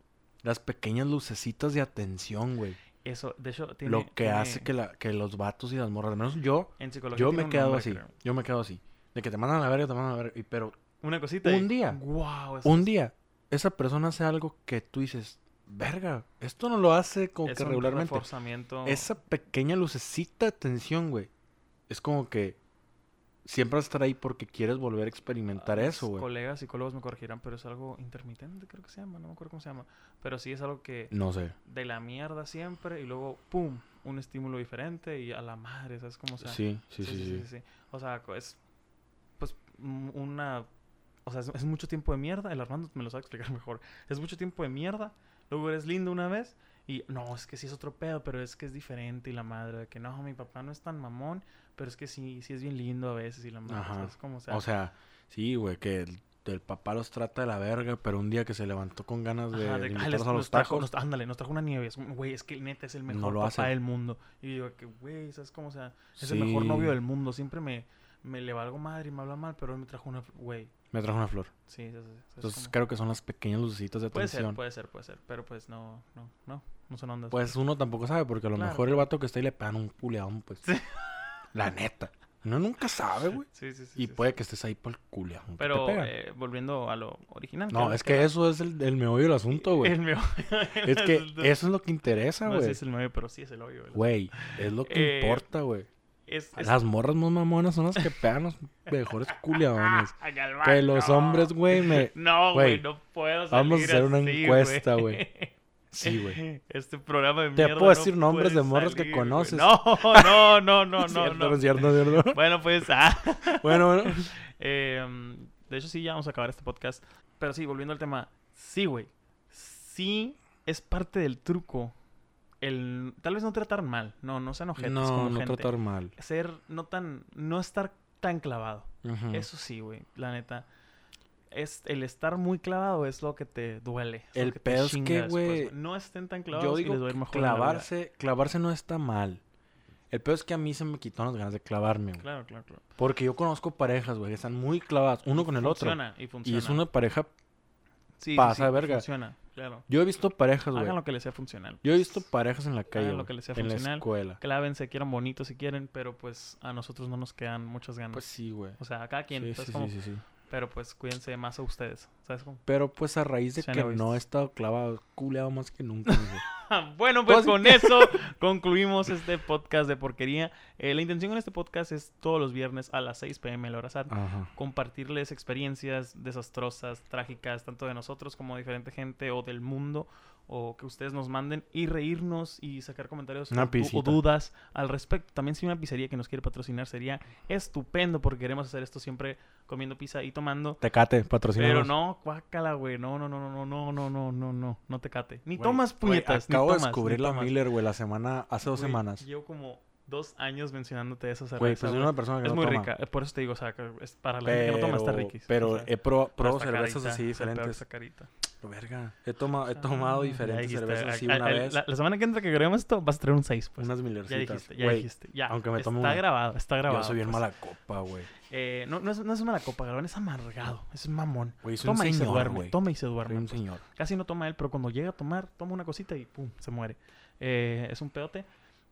Speaker 2: las pequeñas lucecitas de atención, güey.
Speaker 1: Eso, de hecho, tiene.
Speaker 2: Lo que
Speaker 1: tiene-
Speaker 2: hace que, la, que los vatos y las morras, al menos yo,
Speaker 1: En psicología.
Speaker 2: yo
Speaker 1: tiene
Speaker 2: me
Speaker 1: un
Speaker 2: quedo
Speaker 1: nombre,
Speaker 2: así.
Speaker 1: creo.
Speaker 2: Yo me quedo así. De que te mandan a la verga, te mandan a la verga. y- pero
Speaker 1: Una cosita.
Speaker 2: Un día.
Speaker 1: ¡Wow!
Speaker 2: un día, esa persona hace algo que tú dices, verga, esto no lo hace como que regularmente.
Speaker 1: reforzamiento.
Speaker 2: Esa pequeña lucecita de tensión, güey. Es como que siempre vas a estar ahí porque quieres volver a experimentar
Speaker 1: Ah,
Speaker 2: eso,
Speaker 1: mis
Speaker 2: güey.
Speaker 1: colegas psicólogos me corregirán, pero es algo intermitente, creo que se llama, no me acuerdo cómo se llama. Pero sí es algo que
Speaker 2: No sé.
Speaker 1: de la mierda siempre y luego, ¡pum! Un estímulo diferente y a la madre, ¿sabes cómo? O sea,
Speaker 2: sí, sí, sí, sí,
Speaker 1: sí. O sea, co- es pues mm, una... O sea, es, es mucho tiempo de mierda. El Armando me lo sabe explicar mejor. Es mucho tiempo de mierda. Luego eres lindo una vez y no, es que sí es otro pedo, pero es que es diferente y la madre, de que no, mi papá no es tan mamón, pero es que sí, sí es bien lindo a veces y la madre,
Speaker 2: Ajá.
Speaker 1: ¿sabes cómo?
Speaker 2: O sea, sí, güey, que el, el papá los trata de la verga, pero un día que se levantó con ganas de,
Speaker 1: Ajá, de que, "Ay, les-
Speaker 2: invitarlos a los
Speaker 1: nos trajo,
Speaker 2: tacos.
Speaker 1: nos- ándale, nos trajo una nieve. Es un- Güey, es que neta es el
Speaker 2: No
Speaker 1: mejor
Speaker 2: lo
Speaker 1: papá
Speaker 2: hace.
Speaker 1: del mundo. Y yo, que güey, ¿sabes cómo? O sea, es el mejor
Speaker 2: Sí.
Speaker 1: novio del mundo. Siempre me, me le valgo madre y me habla mal, pero él me trajo una. Güey,
Speaker 2: Me trajo una flor.
Speaker 1: sí, ¿sabes- sabes
Speaker 2: Entonces
Speaker 1: cómo?
Speaker 2: creo que son las pequeñas lucecitas de
Speaker 1: Puede
Speaker 2: atención.
Speaker 1: ser, puede ser, puede ser. Pero pues no, no, no. No son ondas.
Speaker 2: Pues uno tampoco sabe, porque a lo
Speaker 1: Claro.
Speaker 2: mejor el vato que está ahí le pegan un culeadón, pues.
Speaker 1: Sí.
Speaker 2: La neta. Uno nunca sabe, güey.
Speaker 1: sí, sí, sí.
Speaker 2: Y
Speaker 1: sí, sí.
Speaker 2: puede que estés ahí por el culeadón. que te
Speaker 1: Pero
Speaker 2: pegan.
Speaker 1: eh, volviendo a lo original.
Speaker 2: No, es que eso es el, el meollo del asunto, güey.
Speaker 1: El mío.
Speaker 2: Es que eso es lo que interesa,
Speaker 1: No sé
Speaker 2: güey.
Speaker 1: si es el medio, pero sí es el hoyo. ¿verdad?
Speaker 2: Güey, es lo que
Speaker 1: Eh,
Speaker 2: importa, güey.
Speaker 1: Es, es-
Speaker 2: Las morras más mamonas son las que pegan los mejores culiadones.
Speaker 1: Ah, Galván,
Speaker 2: Que los
Speaker 1: no.
Speaker 2: hombres, güey, me...
Speaker 1: No, güey,
Speaker 2: Güey,
Speaker 1: no puedo salir
Speaker 2: vamos a hacer una
Speaker 1: así,
Speaker 2: encuesta, güey. Sí, güey.
Speaker 1: Este programa de
Speaker 2: Te
Speaker 1: mierda
Speaker 2: puedo
Speaker 1: no
Speaker 2: decir nombres
Speaker 1: puede
Speaker 2: de morras que
Speaker 1: salir, güey.
Speaker 2: conoces.
Speaker 1: No, no, no, no,
Speaker 2: Es
Speaker 1: no,
Speaker 2: cierto,
Speaker 1: no.
Speaker 2: es cierto, es cierto.
Speaker 1: Bueno, pues, ah,
Speaker 2: Bueno, bueno.
Speaker 1: em, de hecho sí, ya vamos a acabar este podcast. Pero sí, volviendo al tema, sí, güey, sí es parte del truco. El, tal vez no tratar mal, no, no sean ojetes
Speaker 2: No,
Speaker 1: como
Speaker 2: no
Speaker 1: gente.
Speaker 2: tratar mal.
Speaker 1: Ser no tan, no estar tan clavado.
Speaker 2: Ujú.
Speaker 1: Eso sí, güey, la neta. Es, el estar muy clavado es lo que te duele. es lo
Speaker 2: El
Speaker 1: que te
Speaker 2: pedo es que,
Speaker 1: chinga después,
Speaker 2: güey,
Speaker 1: No estén tan clavados
Speaker 2: Yo
Speaker 1: y les
Speaker 2: digo
Speaker 1: va a ir
Speaker 2: que
Speaker 1: mejor. en la vida.
Speaker 2: clavarse, clavarse no está mal. El peor es que a mí se me quitó las ganas de clavarme, güey.
Speaker 1: Claro, claro, claro.
Speaker 2: Porque yo conozco parejas, güey, que están muy clavadas, uno con el otro.
Speaker 1: funciona, Y
Speaker 2: Y
Speaker 1: funciona.
Speaker 2: es una pareja...
Speaker 1: Sí, sí,
Speaker 2: pasa
Speaker 1: sí,
Speaker 2: de verga.
Speaker 1: Funciona, claro.
Speaker 2: Yo he visto parejas, güey.
Speaker 1: Hagan lo que les sea funcional.
Speaker 2: Yo he visto parejas en la calle,
Speaker 1: Hagan Ah, lo
Speaker 2: güey,
Speaker 1: que les sea
Speaker 2: en la
Speaker 1: funcional.
Speaker 2: escuela.
Speaker 1: Clávense, quieran bonito si quieren, pero pues a nosotros no nos quedan muchas ganas.
Speaker 2: Pues sí, güey.
Speaker 1: o sea, a cada quien.
Speaker 2: Sí,
Speaker 1: pues,
Speaker 2: sí,
Speaker 1: como-
Speaker 2: sí, sí, sí.
Speaker 1: Pero pues cuídense más a ustedes. ¿Sabes cómo?
Speaker 2: Pero pues a raíz de
Speaker 1: Sean
Speaker 2: que
Speaker 1: egoístas.
Speaker 2: no he estado clavado, culeado más que nunca. güey.
Speaker 1: bueno, pues
Speaker 2: Pues-
Speaker 1: con eso concluimos este podcast de porquería. Eh, la intención en este podcast es todos los viernes a las 6 pm, la hora santa.
Speaker 2: Ajá.
Speaker 1: compartirles experiencias desastrosas, trágicas, tanto de nosotros como de diferente gente o del mundo, o que ustedes nos manden y reírnos y sacar comentarios o,
Speaker 2: Una
Speaker 1: du- o
Speaker 2: pisita.
Speaker 1: dudas al respecto. También si hay una pizzería que nos quiere patrocinar sería estupendo porque queremos hacer esto siempre comiendo pizza y tomando.
Speaker 2: Tecate, patrocinador.
Speaker 1: Pero no, cuácala, güey. No, no, no, no, no, no, no, no, no, no, no te cate. Ni tomas
Speaker 2: Güey,
Speaker 1: puñetas. ni
Speaker 2: acabo
Speaker 1: tomas,
Speaker 2: de
Speaker 1: ni
Speaker 2: descubrir la
Speaker 1: tomas.
Speaker 2: Miller, güey, la semana, hace dos
Speaker 1: Güey,
Speaker 2: semanas.
Speaker 1: Llevo como dos años mencionándote esa cerveza.
Speaker 2: Güey, pues soy
Speaker 1: güey.
Speaker 2: una persona que
Speaker 1: Es
Speaker 2: no
Speaker 1: muy
Speaker 2: toma.
Speaker 1: rica, eh, por eso te digo, o sea, que es para la gente que no
Speaker 2: Pero,
Speaker 1: toma está riquis.
Speaker 2: pero
Speaker 1: o sea,
Speaker 2: he proba-
Speaker 1: pero
Speaker 2: probado
Speaker 1: esta
Speaker 2: cervezas
Speaker 1: carita,
Speaker 2: así
Speaker 1: o sea, pero
Speaker 2: diferentes.
Speaker 1: esta carita.
Speaker 2: Verga. He, toma- he tomado
Speaker 1: Ah, ya
Speaker 2: diferentes
Speaker 1: dijiste,
Speaker 2: cervezas así
Speaker 1: a- a-
Speaker 2: una
Speaker 1: a-
Speaker 2: vez.
Speaker 1: La, la semana que entra que grabemos esto vas a traer un 6, pues.
Speaker 2: unas
Speaker 1: ya
Speaker 2: Millercitas.
Speaker 1: dijiste, ya
Speaker 2: Güey,
Speaker 1: dijiste. Ya,
Speaker 2: aunque me tome
Speaker 1: está
Speaker 2: una.
Speaker 1: grabado, está grabado.
Speaker 2: Yo soy bien
Speaker 1: pues.
Speaker 2: mala copa, güey.
Speaker 1: Eh, no, no, es, no es mala copa, Galván, es amargado, es mamón.
Speaker 2: Güey, soy un
Speaker 1: Toma y se
Speaker 2: señor,
Speaker 1: duerme,
Speaker 2: güey.
Speaker 1: toma y se
Speaker 2: Soy
Speaker 1: duerme.
Speaker 2: un señor.
Speaker 1: Casi no toma él, pero cuando llega a tomar, toma una cosita y pum, se muere. Eh, es un pedote.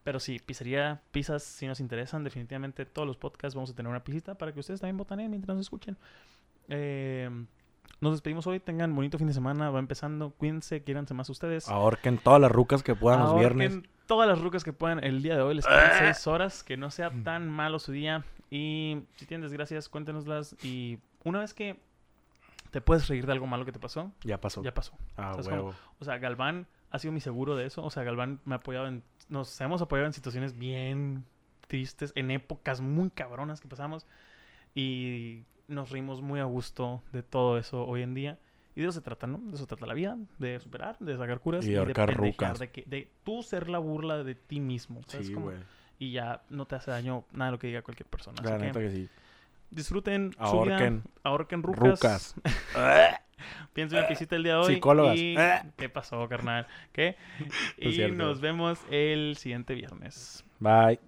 Speaker 1: Pero sí, pizzería, pizzas, si nos interesan, definitivamente todos los podcasts vamos a tener una pisita para que ustedes también botaneen mientras nos escuchen. Eh, nos despedimos hoy, tengan bonito fin de semana, va empezando, cuídense, quiéranse más ustedes.
Speaker 2: Ahorquen todas las rucas que puedan los
Speaker 1: Ahorquen
Speaker 2: Ah, viernes.
Speaker 1: Todas las rucas que puedan el día de hoy, les quedan seis horas, que no sea tan malo su día. Y si tienen desgracias, cuéntenoslas. Y una vez que te puedes reír de algo malo que te pasó,
Speaker 2: Ya pasó.
Speaker 1: ya pasó.
Speaker 2: Ah,
Speaker 1: ¿sabes cómo?
Speaker 2: huevo.
Speaker 1: O sea, Galván ha sido mi seguro de eso. O sea, Galván me ha apoyado en... Nos hemos apoyado en situaciones bien tristes, en épocas muy cabronas que pasamos. Y nos rimos muy a gusto de todo eso hoy en día. Y de eso se trata, ¿no? De eso trata la vida, de superar, de sacar curas.
Speaker 2: Y
Speaker 1: de
Speaker 2: ahorcar
Speaker 1: pendejear,
Speaker 2: rucas.
Speaker 1: De, que, de tú ser la burla de ti mismo. ¿sabes
Speaker 2: Sí,
Speaker 1: cómo?
Speaker 2: güey.
Speaker 1: Y ya no te hace daño nada de lo que diga cualquier persona. Así
Speaker 2: La
Speaker 1: que
Speaker 2: neta que sí.
Speaker 1: disfruten su
Speaker 2: Ahorquen.
Speaker 1: vida, ahorquen rucas.
Speaker 2: Rucas.
Speaker 1: Pienso en la visita el día de hoy.
Speaker 2: Psicólogas.
Speaker 1: y-
Speaker 2: Ah.
Speaker 1: ¿Qué pasó, carnal? ¿Qué?
Speaker 2: No es
Speaker 1: y
Speaker 2: cierto.
Speaker 1: nos vemos el siguiente viernes.
Speaker 2: Bye.